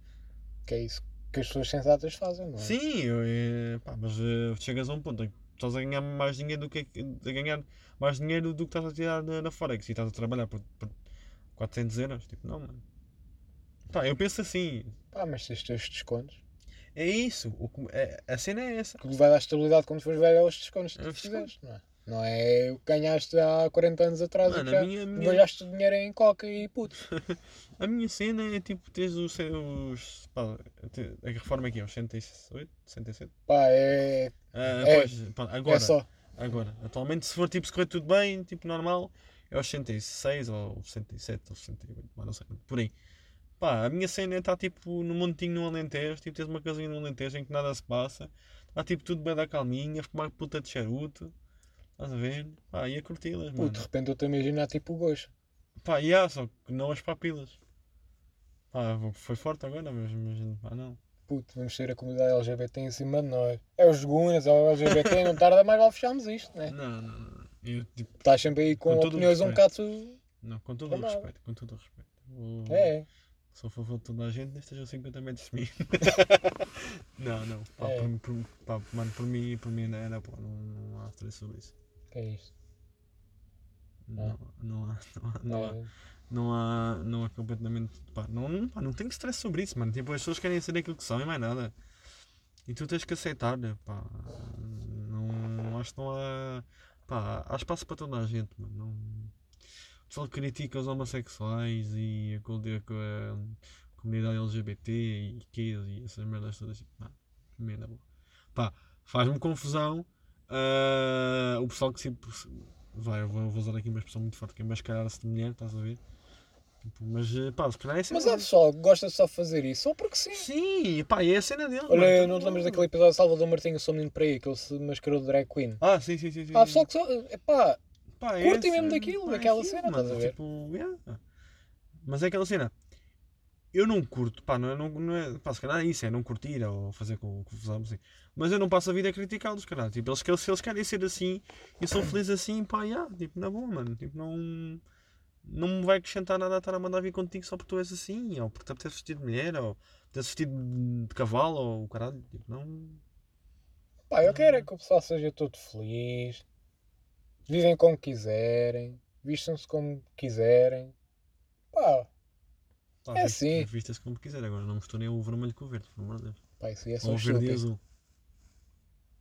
Speaker 2: Que é isso que as pessoas sensatas fazem, não é?
Speaker 1: Sim, eu, eh, pá, mas eh, chegas a um ponto em que estás a ganhar mais dinheiro do que a ganhar mais dinheiro do que estás a tirar na, na Forex e estás a trabalhar por, por 400 euros. Tipo, não, mano. Pá, eu penso assim.
Speaker 2: Pá, mas tens os teus descontos.
Speaker 1: É isso. O, que- é- a cena é essa.
Speaker 2: O que vai dar estabilidade quando fores velho é os descontos que
Speaker 1: É
Speaker 2: tu
Speaker 1: os descontos.
Speaker 2: fizeste, não é? Não é o que ganhaste há 40 anos atrás e
Speaker 1: Mano,
Speaker 2: que
Speaker 1: a
Speaker 2: já
Speaker 1: minha, a minha-
Speaker 2: gastaste o dinheiro em coca e puto.
Speaker 1: a minha cena é tipo, tens os. os pá, te- a reforma aqui é os 108, 107.
Speaker 2: Pá, é,
Speaker 1: Ah,
Speaker 2: É.
Speaker 1: pois, pá, agora,
Speaker 2: é só.
Speaker 1: agora, atualmente, se for tipo, se correr tudo bem, tipo, normal, é aos 106 ou 107 ou 108, pá, não sei, por aí. Pá, a minha cena é estar tipo no montinho no Alentejo, tipo, tens uma casinha no Alentejo em que nada se passa, está tipo tudo bem da calminha, fumar puta de charuto, estás a ver? Pá, e a curti-las,
Speaker 2: Puto,
Speaker 1: mano.
Speaker 2: de repente eu estou a imaginar tipo o gosto.
Speaker 1: Pá, e há, só que não as papilas. Pá, vou- foi forte agora, mas imagino, pá, não.
Speaker 2: Puto, vamos ter a comunidade LGBT em cima de nós. É os Gunas, é o LGBT, não tarda mais, lá fecharmos isto, né?
Speaker 1: Não, não, não. Eu, tipo,
Speaker 2: Estás sempre aí com,
Speaker 1: Com todo o
Speaker 2: opiniões um bocado.
Speaker 1: respeito. não, com todo o
Speaker 2: Tá mal.
Speaker 1: respeito, com todo o respeito. Vou-
Speaker 2: É,
Speaker 1: Sou a favor de toda a gente, nem estejam 50 metros de mim. <laughs> não, não, pá,
Speaker 2: É.
Speaker 1: por, por- pá, mano, por mim, por mim não era, pá, não, não há stress sobre isso.
Speaker 2: que é isto.
Speaker 1: Não, não há, não há, É. não há.
Speaker 2: É.
Speaker 1: não há, não há completamente. Pá, não, não, pá, não tenho stress sobre isso, mano. Tipo, as pessoas querem ser aquilo que são e mais nada. E tu tens que aceitar, né, pá. Não, acho que não há. Pá, há espaço para toda a gente, mano. Não, o pessoal critica os homossexuais e a, co- a co- a comunidade LGBT e que e essas merdas todas. Tipo, pá, merda, boa. Pá, faz-me confusão. ah, o pessoal que se. Vai, eu vou, vou usar aqui uma expressão muito forte que é mascarar-se de mulher, estás a ver? Tipo, mas eh, pá, se calhar é a cena
Speaker 2: Mas há
Speaker 1: deles.
Speaker 2: pessoal que gosta só de fazer isso, só porque sim.
Speaker 1: Sim, pá, é a cena dele.
Speaker 2: Olha, não te lembras daquele episódio de Salvador Martinho, sou menino para aí, que ele se mascarou de drag queen.
Speaker 1: Ah, sim, sim, sim. sim sim.
Speaker 2: Há pessoal que só. Epá,
Speaker 1: Pá, é
Speaker 2: curtem
Speaker 1: essa-
Speaker 2: mesmo daquilo,
Speaker 1: pá, é
Speaker 2: daquela
Speaker 1: aquilo,
Speaker 2: cena, estás a ver?
Speaker 1: Tipo, yeah. Mas é aquela cena. Eu não curto, pá, não é, não, não é, pá, se calhar é isso, é não curtir ou fazer com confusão, assim. Mas eu não passo a vida a criticá-los, caralho. Tipo, eles, que- se eles querem ser assim e são felizes assim, pá, yeah, tipo, na boa, mano. Tipo, não. Não me vai acrescentar nada a estar a mandar vir contigo só porque tu és assim, ou porque te apetece vestir de mulher, ou te vestido de de cavalo, ou caralho. Tipo, não.
Speaker 2: pá, eu quero é que o pessoal seja todo feliz. Vivem como quiserem, vistam-se como quiserem. Pá,
Speaker 1: Pá,
Speaker 2: É
Speaker 1: viste-
Speaker 2: assim.
Speaker 1: Vistas como quiser, agora não misturei o vermelho com o verde, pelo amor de Deus.
Speaker 2: pá, isso aí é só
Speaker 1: Ou o verde e
Speaker 2: estúpido.
Speaker 1: azul.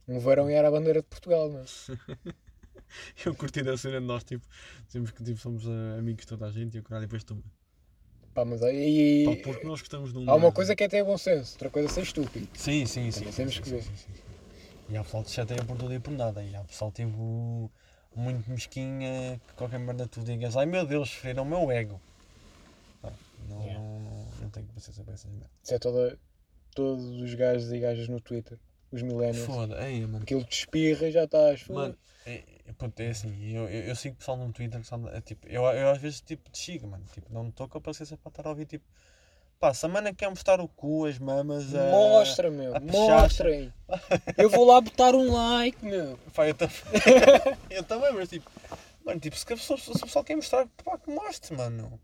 Speaker 2: Um verão e era a bandeira de Portugal, não é?
Speaker 1: <laughs> Eu curti da cena de nós, tipo, sempre que tipo, somos eh, amigos toda a gente e o caralho, e depois tu.
Speaker 2: Pá, mas aí.
Speaker 1: Pá, porque nós gostamos de um.
Speaker 2: Há uma coisa que é ter bom senso, outra coisa é ser estúpido.
Speaker 1: Sim, sim, sim.
Speaker 2: Também
Speaker 1: sim,
Speaker 2: temos
Speaker 1: sim,
Speaker 2: que
Speaker 1: sim,
Speaker 2: ver.
Speaker 1: sim, sim, sim. E há pessoal que se chateia por tudo e por nada. E há pessoal tipo muito mesquinha que qualquer merda tu digas, ai meu Deus, feriram o meu ego. Pá, não,
Speaker 2: Yeah.
Speaker 1: não, não, não tenho paciência para essas merdas.
Speaker 2: Isso é toda, todos os gajos e gajas no Twitter, os millennials.
Speaker 1: Foda, ei, mano.
Speaker 2: Aquilo te espirra e já estás.
Speaker 1: Mano, é, é, puto, é assim, eu, eu, eu sigo pessoal no Twitter, que sabe, é, tipo, eu, eu às vezes tipo, deschigo, mano, tipo, não estou com a paciência para estar a ouvir, tipo, pá, se a mana quer mostrar o cu, as mamas, a...
Speaker 2: Mostra, meu.
Speaker 1: eh, a puxar.
Speaker 2: Mostrem. Eu vou lá botar um like, meu.
Speaker 1: Pá, eu, tam... <laughs> eu também, mas tipo, mano, tipo, se, a pessoa, se o pessoal quer mostrar, pá, que mostre, mano,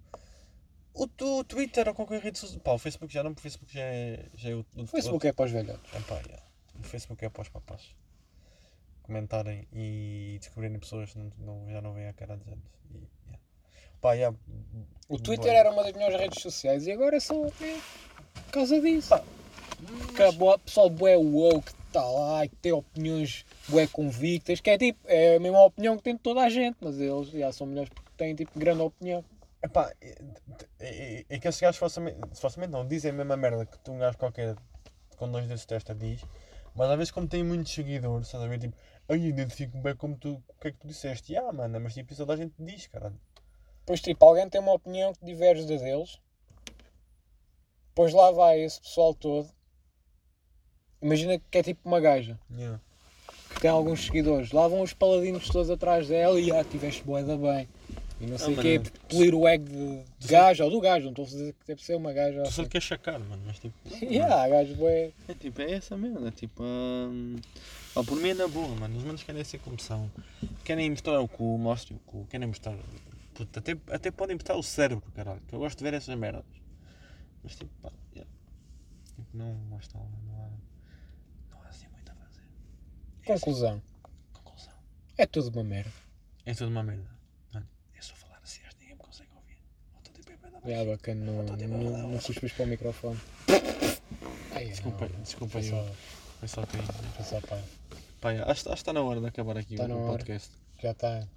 Speaker 1: O, tu- o Twitter ou qualquer rede social. Pá, o Facebook já não, o Facebook já é. Já é o, o
Speaker 2: O Facebook é para os velhotes.
Speaker 1: outro- Epá, yeah. O Facebook é para os papás comentarem e descobrirem pessoas que não, não- já não veem a cara dos anos. E, yeah. Pá, yeah.
Speaker 2: O
Speaker 1: Bem.
Speaker 2: Twitter era uma das melhores redes sociais e agora é só é, por causa disso. Porque há boa- pessoal bué woke que está lá e que tem opiniões bué convictas, que é tipo, é a mesma opinião que tem de toda a gente, mas eles já são melhores porque têm tipo grande opinião.
Speaker 1: Epá, é, é, é- é que esses gajos falsamente, falsamente não, dizem a mesma merda que tu um gajo qualquer com dois desses testa diz, mas às vezes como têm muitos seguidores, estás a ver, tipo, eu identifico bem como tu, o que é que tu disseste, ah, mano, mas tipo, isso toda a gente diz, caralho.
Speaker 2: Depois tipo, alguém tem uma opinião que diverge da deles, depois lá vai esse pessoal todo. Imagina que é tipo uma gaja,
Speaker 1: Yeah.
Speaker 2: que tem alguns seguidores, lá vão os paladinos todos atrás dela e ah, tiveste bué da bem. E não sei o
Speaker 1: mas
Speaker 2: quê,
Speaker 1: não.
Speaker 2: polir o ego de, de gaja ou do gajo, não estou a dizer que deve ser uma gaja.
Speaker 1: Tu só
Speaker 2: Assim.
Speaker 1: te queres chacar, mano, mas tipo.
Speaker 2: <laughs> Yeah, gajo bué.
Speaker 1: É tipo, é essa merda, tipo. hum, pá, por mim é na boa, mano. Os manos querem ser como são. Querem mostrar o cu, mostrem o cu, querem mostrar. Puta, até, até podem mostrar o cérebro, caralho. Eu gosto de ver essas merdas. Mas tipo, pá, yeah. tipo, não mostram, não há. Não há assim muito a fazer. É
Speaker 2: Conclusão.
Speaker 1: Conclusão.
Speaker 2: É tudo uma merda.
Speaker 1: É tudo uma merda. Mano, eu só falar assim, acho que ninguém me consegue ouvir. Ou estou tipo, é merda.
Speaker 2: É bacana, não,
Speaker 1: Tô de
Speaker 2: não,
Speaker 1: bola,
Speaker 2: não
Speaker 1: hoje.
Speaker 2: cuspas para o microfone. Ai,
Speaker 1: Desculpa,
Speaker 2: não.
Speaker 1: desculpa,
Speaker 2: Foi
Speaker 1: só,
Speaker 2: só,
Speaker 1: foi só para isso.
Speaker 2: foi só pá.
Speaker 1: Pá, yeah, acho, acho que está na hora de acabar aqui
Speaker 2: Tá
Speaker 1: o,
Speaker 2: na
Speaker 1: o
Speaker 2: hora.
Speaker 1: podcast.
Speaker 2: Já está.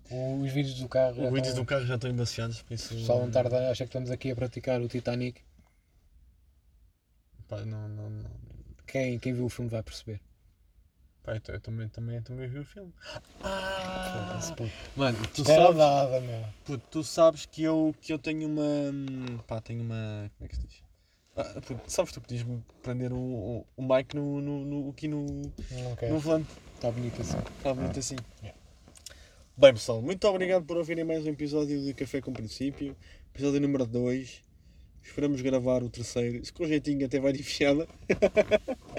Speaker 2: Os vídeos do carro. já
Speaker 1: Os vídeos
Speaker 2: tá-
Speaker 1: do carro já estão embaciados, por isso.
Speaker 2: O pessoal não tarda, acha que estamos aqui a praticar o Titanic.
Speaker 1: Pá, não, não, não.
Speaker 2: Quem, quem viu o filme vai perceber.
Speaker 1: Pá, eu, t- eu também, também, também vi o filme. Ah!
Speaker 2: Foda-se, É puto.
Speaker 1: Mano, tu
Speaker 2: Era
Speaker 1: sabes,
Speaker 2: nada, meu.
Speaker 1: puto, tu sabes que eu, que eu tenho uma. Pá, tenho uma. Como é que se diz? Ah, puto, sabes tu podias-me prender o, o, o mic no, no, no- aqui no,
Speaker 2: Não
Speaker 1: no
Speaker 2: quero.
Speaker 1: volante.
Speaker 2: Está bonito assim.
Speaker 1: Está bonito assim.
Speaker 2: Yeah.
Speaker 1: Bem, pessoal, muito obrigado por ouvirem mais um episódio de Café com Princípio. Episódio número 2. Esperamos gravar o terceiro. Se com jeitinho até vai de enfiada.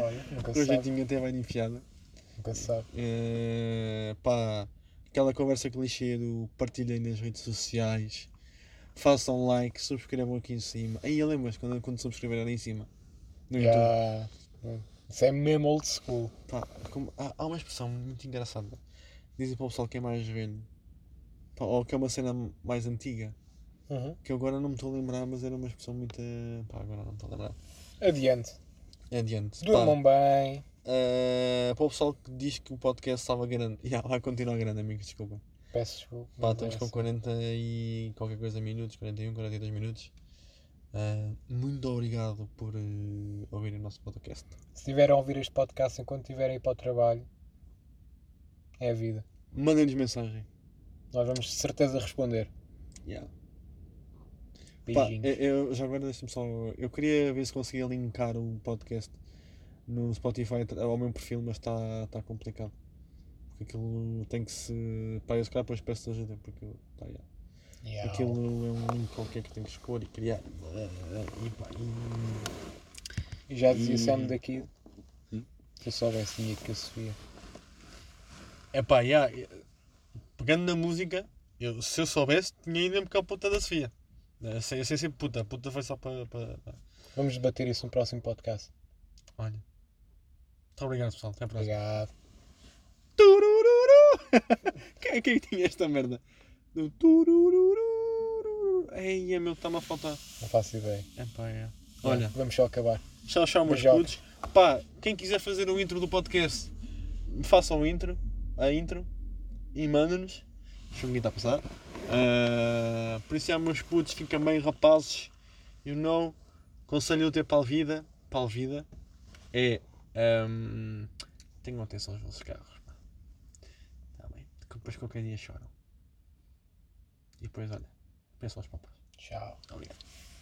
Speaker 2: Olha, nunca
Speaker 1: Com
Speaker 2: se sabe.
Speaker 1: jeitinho até vai de enfiada.
Speaker 2: Nunca se sabe.
Speaker 1: Eh, pá, aquela conversa clichê do partilhem nas redes sociais, façam like, subscrevam aqui em cima. Aí lembras quando, quando subscrever era em cima. No YouTube.
Speaker 2: Já. Isso é mesmo old school.
Speaker 1: Pá, como- há, há uma expressão muito engraçada. Dizem para o pessoal que é mais velho. Pá, ou que é uma cena mais antiga. Que eu agora não me estou a lembrar, mas era uma expressão muito. eh, Pá, agora não me estou a lembrar. É
Speaker 2: Adiante.
Speaker 1: Adiante. Pá,
Speaker 2: Durmam bem.
Speaker 1: eh, para o pessoal que diz que o podcast estava grande. <laughs> Ya, vai continuar grande, amigos, desculpa.
Speaker 2: Peço desculpa.
Speaker 1: Pá, estamos
Speaker 2: mas é
Speaker 1: com
Speaker 2: assim.
Speaker 1: 40 e qualquer coisa minutos, 41, 42 minutos. Ah, muito obrigado por eh, ouvirem o nosso podcast.
Speaker 2: Se tiverem a ouvir este podcast enquanto estiverem a ir para o trabalho, é a vida.
Speaker 1: Mandem-nos mensagem.
Speaker 2: Nós vamos de certeza responder.
Speaker 1: Yeah. Pá,
Speaker 2: Beijinhos.
Speaker 1: eu, eu- já agora deixa-me só. Eu queria ver se conseguia linkar o podcast no Spotify tra- ao meu perfil, mas está tá complicado. Porque aquilo tem que se. Pá, eu se calhar depois peço ajuda, porque eu- pá, yeah.
Speaker 2: Yeah.
Speaker 1: aquilo é um link qualquer que tem que escolher e criar. Ah, e pá, e-
Speaker 2: E já dizia
Speaker 1: E-
Speaker 2: Sam daqui.
Speaker 1: Sim.
Speaker 2: Se eu soubesse, tinha que eu subia.
Speaker 1: É pá, yeah, eh, pegando na música, eu, se eu soubesse, tinha ido mesmo com a puta da Sofia. Eh, Sem, sem ser puta, a puta foi só para.
Speaker 2: Vamos debater isso no próximo podcast.
Speaker 1: Olha. Muito obrigado, pessoal. Até à próxima.
Speaker 2: Obrigado.
Speaker 1: Turururu! <laughs> quem, quem tinha esta merda? Do turururu! Ei, é meu, está-me a faltar.
Speaker 2: Não faço ideia.
Speaker 1: É pá, é. Olha,
Speaker 2: Vamos só acabar.
Speaker 1: tchau, tchau, meus
Speaker 2: Beijoca.
Speaker 1: putos. Pá, quem quiser fazer o intro do podcast, façam o intro, a intro, e mandem-nos. Deixa eu está a passar. Ah, por isso é, meus putos, fica bem, rapazes. You know, conselho eu ter para a vida, para a vida, é. ahm, tenham atenção aos vossos carros. pá. Tá bem? Que Depois qualquer dia choram. E depois, olha, pensam aos papás.
Speaker 2: Tchau.
Speaker 1: Obrigado.